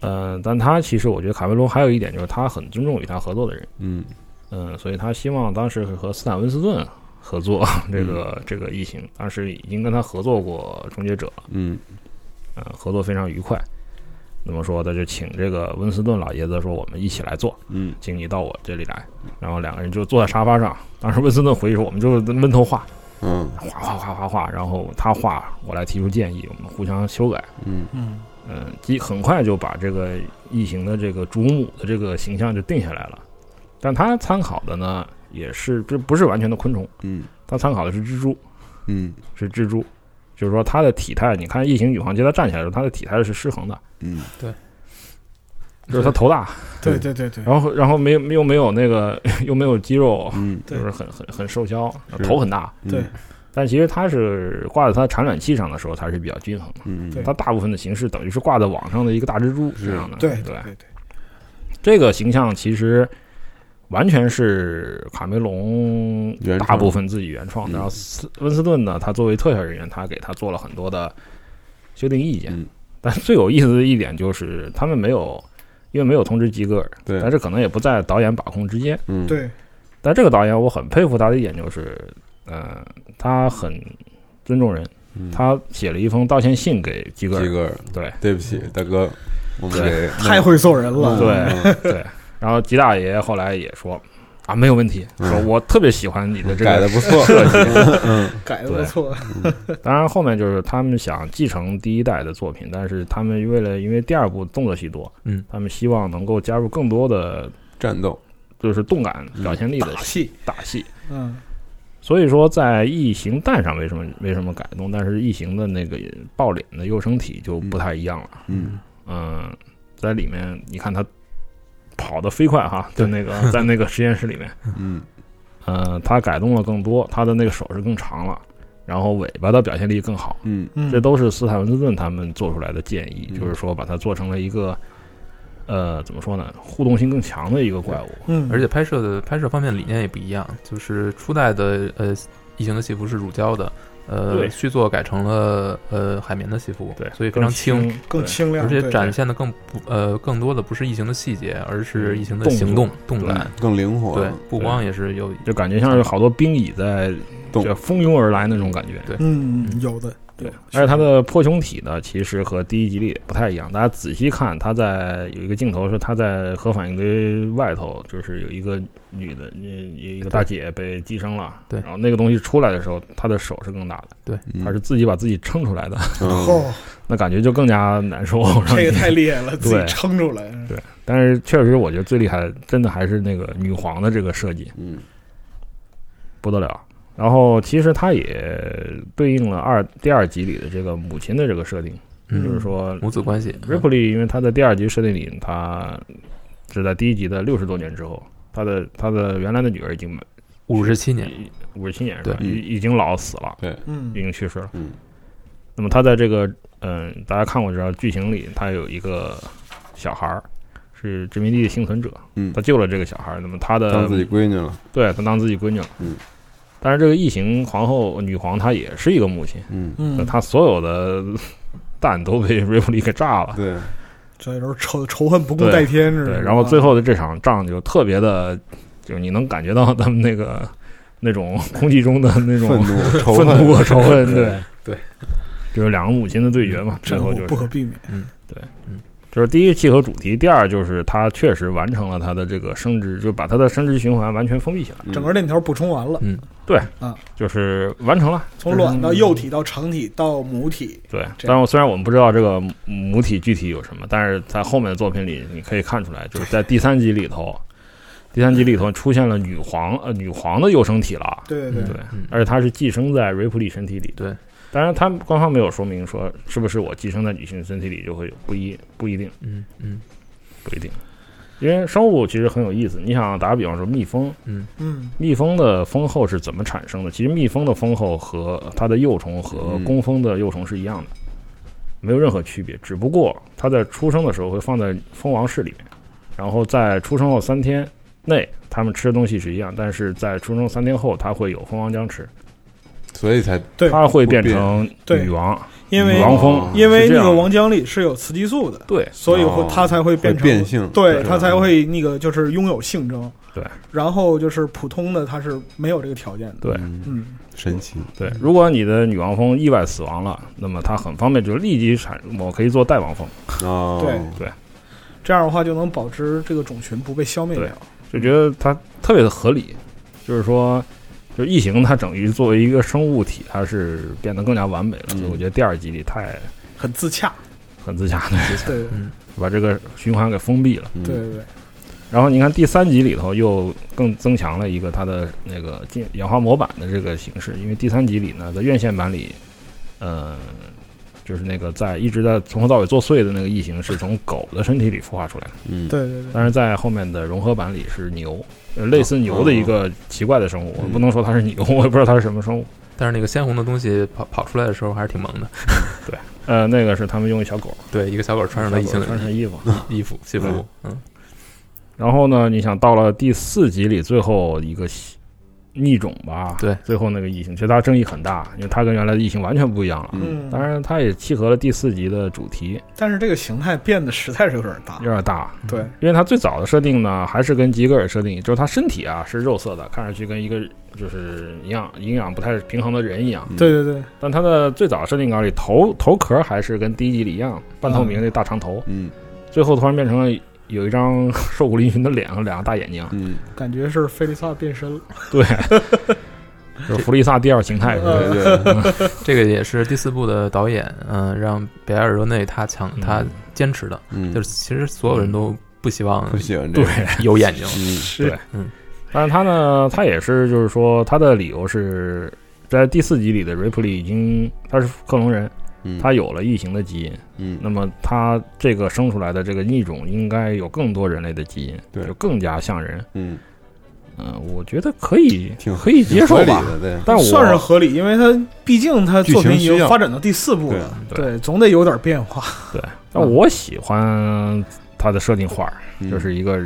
[SPEAKER 4] 嗯，但他其实我觉得卡梅隆还有一点就是他很尊重与他合作的人，
[SPEAKER 8] 嗯
[SPEAKER 4] 嗯，所以他希望当时是和斯坦温斯顿合作 这个、这个异形，当时已经跟他合作过《终结者》了，
[SPEAKER 8] 嗯
[SPEAKER 4] 嗯，合作非常愉快。那么说，他就请这个温斯顿老爷子说我们一起来做，
[SPEAKER 8] 嗯
[SPEAKER 4] 请你到我这里来，然后两个人就坐在沙发上。当时温斯顿回忆说，我们就是闷头画，
[SPEAKER 8] 嗯
[SPEAKER 4] 画画画画画，然后他画，我来提出建议，我们互相修改。
[SPEAKER 8] 嗯
[SPEAKER 9] 嗯
[SPEAKER 4] 嗯，即很快就把这个异形的这个主母的这个形象就定下来了。但他参考的呢，也是这不是完全的昆虫，
[SPEAKER 8] 嗯
[SPEAKER 4] 他参考的是蜘蛛，
[SPEAKER 8] 嗯
[SPEAKER 4] 是蜘蛛，就是说它的体态，你看异形宇航机它站起来的时候，它的体态是失衡的，
[SPEAKER 8] 嗯
[SPEAKER 4] 就是它头大，
[SPEAKER 9] 对对对对，
[SPEAKER 4] 然后然后没有又没有那个 又没有肌肉，
[SPEAKER 8] 嗯
[SPEAKER 9] 对
[SPEAKER 4] 就是很很很瘦削，
[SPEAKER 8] 是
[SPEAKER 4] 头很大。
[SPEAKER 8] 嗯
[SPEAKER 9] 对
[SPEAKER 4] 但其实它是挂在它的产卵器上的时候，它是比较均衡的。
[SPEAKER 8] 嗯
[SPEAKER 9] 对
[SPEAKER 4] 它大部分的形式等于是挂在网上的一个大蜘蛛
[SPEAKER 8] 是
[SPEAKER 4] 这样的，
[SPEAKER 9] 对
[SPEAKER 4] 对
[SPEAKER 9] 对。对对，
[SPEAKER 4] 这个形象其实完全是卡梅隆
[SPEAKER 8] 原创
[SPEAKER 4] 大部分自己原创
[SPEAKER 8] 嗯
[SPEAKER 4] 的。然后斯温斯顿呢，他作为特效人员，他给他做了很多的修订意见。
[SPEAKER 8] 嗯
[SPEAKER 4] 但最有意思的一点就是，他们没有因为没有通知吉格尔，
[SPEAKER 8] 对
[SPEAKER 4] 但是可能也不在导演把控之间。
[SPEAKER 8] 嗯
[SPEAKER 9] 对
[SPEAKER 4] 但这个导演，我很佩服他的一点就是，呃，他很尊重人。
[SPEAKER 8] 嗯
[SPEAKER 4] 他写了一封道歉信给吉格尔，
[SPEAKER 8] 基格尔，
[SPEAKER 4] 对
[SPEAKER 8] 对不起，大哥，我们得
[SPEAKER 9] 太会做人了，
[SPEAKER 4] 嗯对对。然后吉大爷后来也说啊，没有问题，说我特别喜欢你的这
[SPEAKER 8] 改
[SPEAKER 4] 个
[SPEAKER 8] 的不错，
[SPEAKER 9] 改的不错，
[SPEAKER 4] 当然，后面就是他们想继承第一代的作品，但是他们为了因为第二部动作戏多，
[SPEAKER 3] 嗯，
[SPEAKER 4] 他们希望能够加入更多的
[SPEAKER 8] 战斗，
[SPEAKER 4] 就是动感表现力的
[SPEAKER 9] 打戏，
[SPEAKER 4] 打戏。
[SPEAKER 9] 嗯
[SPEAKER 4] 所以说，在异形蛋上没什么没什么改动，但是异形的那个爆脸的幼生体就不太一样了。
[SPEAKER 8] 嗯
[SPEAKER 4] 嗯，在里面你看他跑得飞快哈，在那个在那个实验室里 面，
[SPEAKER 8] 嗯
[SPEAKER 4] 呃，他改动了更多，他的那个手是更长了，然后尾巴的表现力更好。
[SPEAKER 8] 嗯
[SPEAKER 9] 嗯，
[SPEAKER 4] 这都是斯坦文斯顿他们做出来的建议，
[SPEAKER 8] 嗯
[SPEAKER 4] 就是说把它做成了一个，呃，怎么说呢，互动性更强的一个怪物。
[SPEAKER 9] 嗯，
[SPEAKER 3] 而且拍摄的拍摄方面理念也不一样，就是初代的呃异形的戏服是乳胶的，呃
[SPEAKER 4] 对
[SPEAKER 3] 续作改成了呃海绵的戏服，
[SPEAKER 4] 对，
[SPEAKER 3] 所以非
[SPEAKER 4] 更
[SPEAKER 3] 常
[SPEAKER 4] 轻
[SPEAKER 3] 轻，，
[SPEAKER 9] 更
[SPEAKER 4] 对。
[SPEAKER 9] 清亮，
[SPEAKER 3] 而且
[SPEAKER 9] 对
[SPEAKER 3] 展现的更不呃更多的不是异形的细节，而是异形的
[SPEAKER 4] 嗯动
[SPEAKER 3] 行
[SPEAKER 4] 作
[SPEAKER 3] 动动感，
[SPEAKER 8] 更灵活，
[SPEAKER 3] 对，不光也是有
[SPEAKER 4] 就感觉像是好多兵蚁在
[SPEAKER 8] 动
[SPEAKER 4] 就蜂拥而来那种感觉。
[SPEAKER 3] 对
[SPEAKER 9] 嗯有的，
[SPEAKER 4] 对
[SPEAKER 9] 有，
[SPEAKER 4] 而且它的破胸体呢，其实和第一集里也不太一样。大家仔细看，它在有一个镜头是它在核反应堆外头，就是有一个女的，有有一个大姐被寄生了。
[SPEAKER 3] 对
[SPEAKER 4] 然后那个东西出来的时候，她的手是更大的，
[SPEAKER 8] 嗯
[SPEAKER 4] 她是自己把自己撑出来的，
[SPEAKER 8] 嗯
[SPEAKER 9] 哦，
[SPEAKER 4] 那感觉就更加难受。让
[SPEAKER 9] 这
[SPEAKER 4] 你
[SPEAKER 9] 个太厉害 了，自
[SPEAKER 4] 对
[SPEAKER 9] 己撑出来，
[SPEAKER 4] 但是确实，我觉得最厉害的，真的还是那个女皇的这个设计
[SPEAKER 8] 嗯
[SPEAKER 4] 不得了。然后其实它也对应了二第二集里的这个母亲的这个设定，
[SPEAKER 3] 嗯
[SPEAKER 4] 就是说
[SPEAKER 3] 母子关系，
[SPEAKER 4] Ripley，因为她在第二集设定里，她是在第一集的六十多年之后，她的她的原来的女儿已经
[SPEAKER 3] 五十七年，
[SPEAKER 4] 五十七年是吧？
[SPEAKER 8] 对
[SPEAKER 4] 已已经老死了，
[SPEAKER 9] 嗯
[SPEAKER 4] 已经去世了。
[SPEAKER 8] 嗯
[SPEAKER 4] 那么她在这个嗯、大家看过知道剧情里，她有一个小孩儿是殖民地的幸存者，
[SPEAKER 8] 嗯
[SPEAKER 4] 他，救了这个小孩儿，那么他的
[SPEAKER 8] 当自己闺女了，
[SPEAKER 4] 对他当自己闺女了。
[SPEAKER 8] 嗯，
[SPEAKER 4] 但是这个异形皇后女皇她也是一个母亲，
[SPEAKER 8] 嗯，
[SPEAKER 9] 嗯，
[SPEAKER 4] 她所有的蛋都被瑞普利给炸了。
[SPEAKER 8] 对，
[SPEAKER 9] 这就是仇仇恨不共
[SPEAKER 4] 对
[SPEAKER 9] 戴天似
[SPEAKER 4] 对，
[SPEAKER 9] 的。
[SPEAKER 4] 然后最后的这场仗就特别的，就是你能感觉到他们那个那种空气中的那
[SPEAKER 8] 愤
[SPEAKER 4] 种
[SPEAKER 8] 怒、仇
[SPEAKER 4] 愤怒和仇恨，对
[SPEAKER 8] 对，
[SPEAKER 4] 就是两个母亲的对决嘛。最
[SPEAKER 9] 战
[SPEAKER 4] 后
[SPEAKER 9] 火
[SPEAKER 4] 就是
[SPEAKER 9] 不可避免，
[SPEAKER 4] 就是第一契合主题，第二就是他确实完成了他的这个生殖，就把他的生殖循环完全封闭起来，
[SPEAKER 9] 整个链条补充完
[SPEAKER 4] 嗯
[SPEAKER 9] 了，
[SPEAKER 4] 就是完成了。
[SPEAKER 9] 从卵到幼体到成体到母体，
[SPEAKER 4] 对，
[SPEAKER 9] 这样
[SPEAKER 4] 但是虽然我们不知道这个母体具体有什么，但是在后面的作品里，你可以看出来，就是在第三集里头，第三集里头出现了女皇呃女皇的幼生体了，
[SPEAKER 9] 对对
[SPEAKER 4] 嗯
[SPEAKER 9] 嗯
[SPEAKER 4] 对
[SPEAKER 9] 对，
[SPEAKER 4] 而且她是寄生在瑞普里身体里。
[SPEAKER 3] 对，
[SPEAKER 4] 当然他官方没有说明说是不是我寄生在女性身体里就会有不一不一定
[SPEAKER 3] 嗯嗯
[SPEAKER 4] 不一定，因为生物其实很有意思。你想打个比方说蜜蜂，
[SPEAKER 3] 嗯
[SPEAKER 9] 嗯
[SPEAKER 4] 蜜蜂的蜂后是怎么产生的？其实蜜蜂的蜂后和呃它的幼虫和
[SPEAKER 9] 嗯
[SPEAKER 4] 工蜂的幼虫是一样的，没有任何区别。只不过它在出生的时候会放在蜂王室里面，然后在出生后三天内，它们吃的东西是一样，但是在出生三天后，它会有蜂王浆吃，
[SPEAKER 8] 所以才
[SPEAKER 9] 对
[SPEAKER 4] 它会变成
[SPEAKER 9] 对
[SPEAKER 4] 女王，
[SPEAKER 9] 因为
[SPEAKER 4] 女王蜂，
[SPEAKER 9] 因为
[SPEAKER 4] 啊是这
[SPEAKER 9] 那
[SPEAKER 4] 样
[SPEAKER 9] 个
[SPEAKER 4] 的
[SPEAKER 9] 王江里是有雌激素的，
[SPEAKER 4] 对
[SPEAKER 9] 所以会
[SPEAKER 8] 哦
[SPEAKER 9] 它才会变成
[SPEAKER 8] 会变性
[SPEAKER 9] 对
[SPEAKER 8] 对
[SPEAKER 9] 它才会那个就是拥有性征。
[SPEAKER 4] 嗯对，
[SPEAKER 9] 然后就是普通的它是没有这个条件的。
[SPEAKER 4] 对
[SPEAKER 9] 嗯，
[SPEAKER 8] 神奇，
[SPEAKER 4] 对，如果你的女王蜂意外死亡了，那么它很方便，就立即产，我可以做代王蜂。
[SPEAKER 8] 哦，
[SPEAKER 9] 对
[SPEAKER 4] 对，
[SPEAKER 9] 这样的话就能保持这个种群不被消灭
[SPEAKER 4] 对
[SPEAKER 9] 掉。
[SPEAKER 4] 就觉得它特别的合理，就是说，就是异形它等于作为一个生物体，它是变得更加完美了。
[SPEAKER 8] 嗯
[SPEAKER 4] 所以我觉得第二集里太
[SPEAKER 9] 很自洽，
[SPEAKER 4] 很自洽，对，嗯
[SPEAKER 9] 对
[SPEAKER 4] 把这个循环给封闭
[SPEAKER 8] 嗯
[SPEAKER 4] 了。
[SPEAKER 9] 对对对，
[SPEAKER 4] 然后你看第三集里头又更增强了一个它的那个进演化模板的这个形式，因为第三集里呢，在院线版里，呃，就是那个在一直在从头到尾作祟的那个异形是从狗的身体里孵化出来的。
[SPEAKER 8] 嗯，
[SPEAKER 9] 对对对，
[SPEAKER 4] 但是在后面的融合版里是牛，呃类似牛的一
[SPEAKER 3] 哦
[SPEAKER 4] 个奇怪的生
[SPEAKER 3] 嗯
[SPEAKER 4] 物，我不能说它是牛， 我也不知道它是什么生物。
[SPEAKER 3] 但是那个鲜红的东西跑跑出来的时候还是挺萌的。
[SPEAKER 4] 呃，那个是他们用一小狗
[SPEAKER 3] 对，一个小狗穿上了异形
[SPEAKER 4] 小狗穿
[SPEAKER 3] 的
[SPEAKER 4] 上衣服。
[SPEAKER 3] 衣服戏服，嗯
[SPEAKER 4] 然后呢，你想到了第四集里最后一个西逆种吧？
[SPEAKER 3] 对，
[SPEAKER 4] 最后那个异形，其实它争议很大，因为它跟原来的异形完全不一样了。
[SPEAKER 8] 嗯，
[SPEAKER 4] 当
[SPEAKER 9] 嗯，
[SPEAKER 4] 然，它也契合了第四集的主题，
[SPEAKER 9] 但是这个形态变得实在是有点大
[SPEAKER 4] 有。点大。
[SPEAKER 9] 对
[SPEAKER 4] 因为它最早的设定呢，还是跟吉格尔设定，就是它身体啊是肉色的，看上去跟一个就是营养营养不太平衡的人一样。
[SPEAKER 8] 嗯
[SPEAKER 9] 对对对，
[SPEAKER 4] 但它的最早设定稿里头头壳还是跟第一集里一样半透明的大长头，
[SPEAKER 8] 嗯
[SPEAKER 4] 最后突然变成了有一张 瘦骨嶙峋的脸和两个大眼睛，
[SPEAKER 8] 嗯，
[SPEAKER 9] 感觉是菲利萨变身了。
[SPEAKER 4] 对，就是弗利萨第二形态似
[SPEAKER 9] 呃
[SPEAKER 4] 的。
[SPEAKER 8] 对 对，
[SPEAKER 3] 这个也是第四部的导演，嗯、让北埃尔热内他强他
[SPEAKER 4] 嗯
[SPEAKER 3] 坚持的，
[SPEAKER 8] 嗯，
[SPEAKER 3] 就是其实所有人都不希望
[SPEAKER 8] 不喜欢这
[SPEAKER 4] 对
[SPEAKER 8] 个，，
[SPEAKER 3] 有眼睛，
[SPEAKER 8] 嗯，
[SPEAKER 4] 对，
[SPEAKER 3] 嗯。
[SPEAKER 4] 但是他呢，他也是就是说，他的理由是在第四集里的 Ripley 已经他是克隆人，
[SPEAKER 8] 嗯
[SPEAKER 4] 他有了异形的基因，那
[SPEAKER 8] 嗯
[SPEAKER 4] 么他这个生出来的这个逆种应该有更多人类的基因，
[SPEAKER 8] 对
[SPEAKER 4] 就更加像人。
[SPEAKER 8] 嗯，
[SPEAKER 4] 嗯、我觉得可以，
[SPEAKER 8] 挺
[SPEAKER 4] 可以接受
[SPEAKER 8] 合理
[SPEAKER 4] 吧。
[SPEAKER 8] 的，对，
[SPEAKER 4] 但我
[SPEAKER 9] 算是合理，因为它毕竟它作品已
[SPEAKER 8] 剧情需
[SPEAKER 9] 经
[SPEAKER 8] 要
[SPEAKER 9] 发展到第四部了，
[SPEAKER 4] 对
[SPEAKER 9] 对，总得有点变化。
[SPEAKER 4] 但我喜欢他的设定画儿，
[SPEAKER 8] 嗯
[SPEAKER 4] 就是一个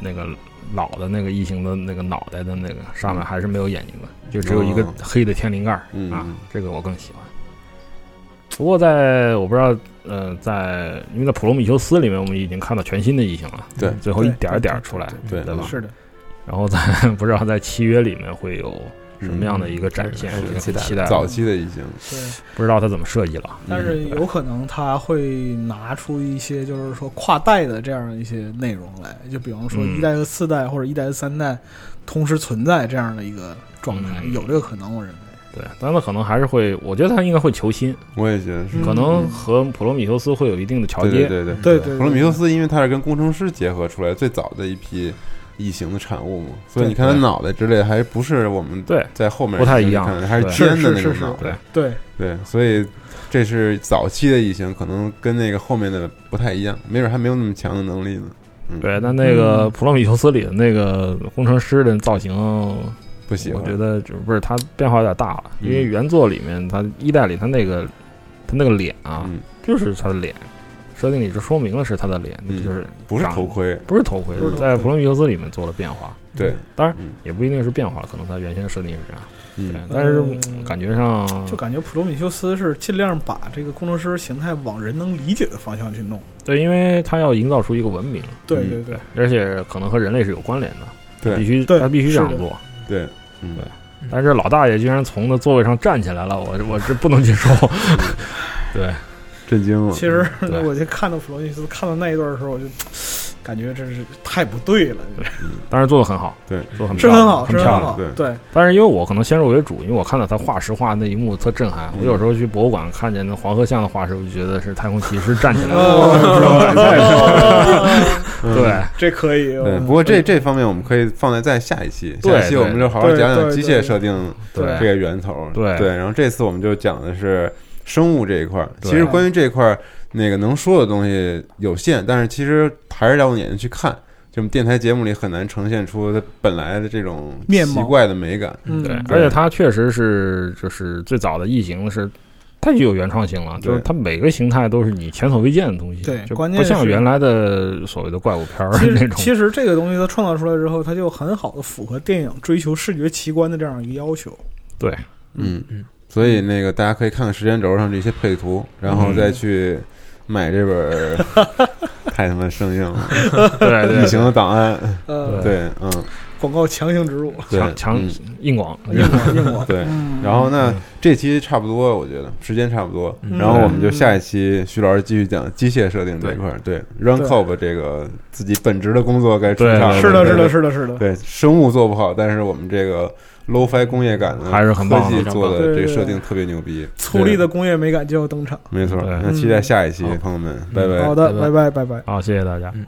[SPEAKER 4] 那个老的那个异形的那个脑袋的那个上面还是没有眼睛的，就只有一个
[SPEAKER 8] 嗯哦
[SPEAKER 4] 黑的天灵盖儿、
[SPEAKER 8] 嗯
[SPEAKER 4] 啊，这个我更喜欢。不过在我不知道，呃，在因为在《普罗米修斯》里面，我们已经看到全新的异形了，
[SPEAKER 8] 对
[SPEAKER 4] 最后一点儿一点儿出来，
[SPEAKER 8] 对
[SPEAKER 4] 对吧？
[SPEAKER 9] 是的，
[SPEAKER 4] 然后在不知道在契约里面会有什么样的一个展现，
[SPEAKER 3] 嗯
[SPEAKER 4] 我也
[SPEAKER 3] 期
[SPEAKER 4] 很
[SPEAKER 3] 待
[SPEAKER 4] 期待。
[SPEAKER 8] 嗯早期的已经，嗯
[SPEAKER 9] 对。
[SPEAKER 4] 不知道他怎么设计了，
[SPEAKER 9] 但是有可能他会拿出一些就是说跨代的这样一些内容来，就比方说
[SPEAKER 4] 嗯
[SPEAKER 9] 一代和四代或者一代和三代同时存在这样的一个状态，
[SPEAKER 4] 嗯
[SPEAKER 9] 有这个可能，我认为。
[SPEAKER 4] 对，但他可能还是会，我觉得他应该会求新，
[SPEAKER 8] 我也觉得是，
[SPEAKER 9] 嗯
[SPEAKER 4] 可能和普罗米修斯会有一定的桥
[SPEAKER 8] 对
[SPEAKER 4] 接。
[SPEAKER 8] 对对对。
[SPEAKER 9] 对对
[SPEAKER 8] 普罗米
[SPEAKER 9] 对，
[SPEAKER 8] 修斯因为他是跟工程师结合出来最早的一批异形的产物嘛，所以
[SPEAKER 9] 对
[SPEAKER 8] 你看他脑袋之类还不是我们
[SPEAKER 4] 对
[SPEAKER 8] 在后面
[SPEAKER 4] 不太一样
[SPEAKER 8] 看的还是
[SPEAKER 4] 对
[SPEAKER 8] 尖的那
[SPEAKER 9] 是是
[SPEAKER 8] 种
[SPEAKER 9] 是
[SPEAKER 8] 脑袋，
[SPEAKER 9] 对
[SPEAKER 8] 对，所以这是早期的异形，可能跟那个后面的不太一样，没准还没有那么强的能力呢。嗯，
[SPEAKER 4] 对，但那个普罗米修斯里的那个工程师的造型，我
[SPEAKER 8] 不喜欢，
[SPEAKER 4] 觉得就不是他变化有点大了，
[SPEAKER 8] 嗯
[SPEAKER 4] 因为原作里面他一代里他那个他那个脸啊，
[SPEAKER 8] 嗯
[SPEAKER 4] 就是他的脸，设定里就说明了是他的脸，
[SPEAKER 8] 嗯
[SPEAKER 4] 就是
[SPEAKER 8] 不是头盔，
[SPEAKER 4] 不是头盔
[SPEAKER 9] 不是，头盔
[SPEAKER 4] 在普罗米修斯里面做了变化，
[SPEAKER 8] 对，
[SPEAKER 4] 当然
[SPEAKER 8] 嗯
[SPEAKER 4] 也不一定是变化，可能他原先设定是这样，对
[SPEAKER 8] 嗯，，
[SPEAKER 4] 但是
[SPEAKER 9] 嗯
[SPEAKER 4] 感觉上
[SPEAKER 9] 就感觉普罗米修斯是尽量把这个工程师形态往人能理解的方向去弄。
[SPEAKER 4] 对，因为他要营造出一个文明，
[SPEAKER 9] 对
[SPEAKER 8] 嗯
[SPEAKER 9] 对对，
[SPEAKER 4] 而且可能和人类是有关联的，
[SPEAKER 8] 对
[SPEAKER 4] 必须
[SPEAKER 9] 对
[SPEAKER 4] 他必须这
[SPEAKER 9] 是
[SPEAKER 4] 样
[SPEAKER 9] 的
[SPEAKER 4] 做。
[SPEAKER 8] 对，嗯，
[SPEAKER 4] 但是老大爷居然从那座位上站起来了，我我这不能接受。对，
[SPEAKER 8] 震惊了。
[SPEAKER 9] 其实
[SPEAKER 4] 对
[SPEAKER 9] 我就看到普罗米修斯看到那一段的时候，我就感觉真是太不对了，
[SPEAKER 4] 当然做的很好，
[SPEAKER 8] 对，
[SPEAKER 4] 做得很
[SPEAKER 9] 是
[SPEAKER 4] 漂
[SPEAKER 9] 很
[SPEAKER 4] 亮
[SPEAKER 9] 好，是
[SPEAKER 4] 嗯很
[SPEAKER 9] 很
[SPEAKER 4] 漂亮。
[SPEAKER 9] 好，
[SPEAKER 8] 漂亮
[SPEAKER 9] 对
[SPEAKER 4] 但是因为我可能先入为主，因为我看到他画石画那一幕特震撼。我有时候去博物馆看见那黄河像的 化石，我就觉得是太空骑士站起来了。
[SPEAKER 9] 哦
[SPEAKER 4] 是吧
[SPEAKER 9] 哦
[SPEAKER 4] 对，
[SPEAKER 9] 这可嗯以。哦
[SPEAKER 8] 对，不过这这方面我们可以放在在下一期，
[SPEAKER 9] 对
[SPEAKER 8] 下一期我们就好好
[SPEAKER 9] 对
[SPEAKER 8] 讲讲
[SPEAKER 9] 对
[SPEAKER 8] 机械
[SPEAKER 9] 对
[SPEAKER 8] 设定
[SPEAKER 9] 对
[SPEAKER 8] 这个源头。
[SPEAKER 4] 对
[SPEAKER 8] 对，然后这次我们就讲的是生物这一块儿。
[SPEAKER 4] 对
[SPEAKER 8] 其实关于这一块儿，那个能说的东西有限，但是其实还是要用眼睛去看。就我们电台节目里很难呈现出它本来的这种
[SPEAKER 9] 面
[SPEAKER 8] 奇
[SPEAKER 9] 貌
[SPEAKER 8] 怪的美感。
[SPEAKER 9] 嗯
[SPEAKER 4] 对，而且它确实是就是最早的异形是。太具有原创性了，就是
[SPEAKER 8] 对
[SPEAKER 4] 它每个形态都是你前所未见的东西，
[SPEAKER 9] 对
[SPEAKER 4] 就
[SPEAKER 9] 关
[SPEAKER 4] 不
[SPEAKER 9] 键
[SPEAKER 4] 像
[SPEAKER 9] 是
[SPEAKER 4] 原来的所谓的怪物片儿
[SPEAKER 9] 其
[SPEAKER 4] 那
[SPEAKER 9] 实，
[SPEAKER 4] 种。
[SPEAKER 9] 其实这个东西它创造出来之后，它就很好的符合电影追求视觉奇观的这样一个要求。
[SPEAKER 4] 对，
[SPEAKER 8] 嗯，所以那个大家可以看看时间轴上这些配图，
[SPEAKER 9] 嗯
[SPEAKER 8] 然后再去买这本 儿，太他妈生硬了，
[SPEAKER 4] 对对
[SPEAKER 8] 异形的档案，
[SPEAKER 9] 呃，
[SPEAKER 8] 对，嗯，
[SPEAKER 9] 广告强行植入，
[SPEAKER 8] 对
[SPEAKER 4] 强强
[SPEAKER 8] 嗯
[SPEAKER 4] 硬广，
[SPEAKER 9] 硬广硬广。
[SPEAKER 8] 对，然后呢，这期差不多，我觉得时间差不多，
[SPEAKER 3] 嗯
[SPEAKER 8] 然后我们就下一期徐老师继续讲机械设定这一块儿，对 r u n c o b 这个自己本职的工作该出
[SPEAKER 4] 对
[SPEAKER 8] 场了，
[SPEAKER 9] 是
[SPEAKER 8] 对
[SPEAKER 9] 的，是的，，是的，是的。
[SPEAKER 8] 对，生物做不好，但是我们这个 low-fi 工业感呢啊
[SPEAKER 4] 还是很棒的
[SPEAKER 8] 科技做
[SPEAKER 9] 非常
[SPEAKER 8] 的
[SPEAKER 9] 棒
[SPEAKER 8] 这个
[SPEAKER 9] 对
[SPEAKER 8] 设定特别牛逼，
[SPEAKER 9] 粗粝的工业美感就要登场。
[SPEAKER 8] 对，没错，
[SPEAKER 4] 对
[SPEAKER 8] 那期待下一期
[SPEAKER 4] 嗯，
[SPEAKER 8] 朋友们，拜拜
[SPEAKER 9] 好。的，
[SPEAKER 3] 拜
[SPEAKER 9] 拜拜，拜拜。
[SPEAKER 4] 好，谢谢大家。
[SPEAKER 3] 嗯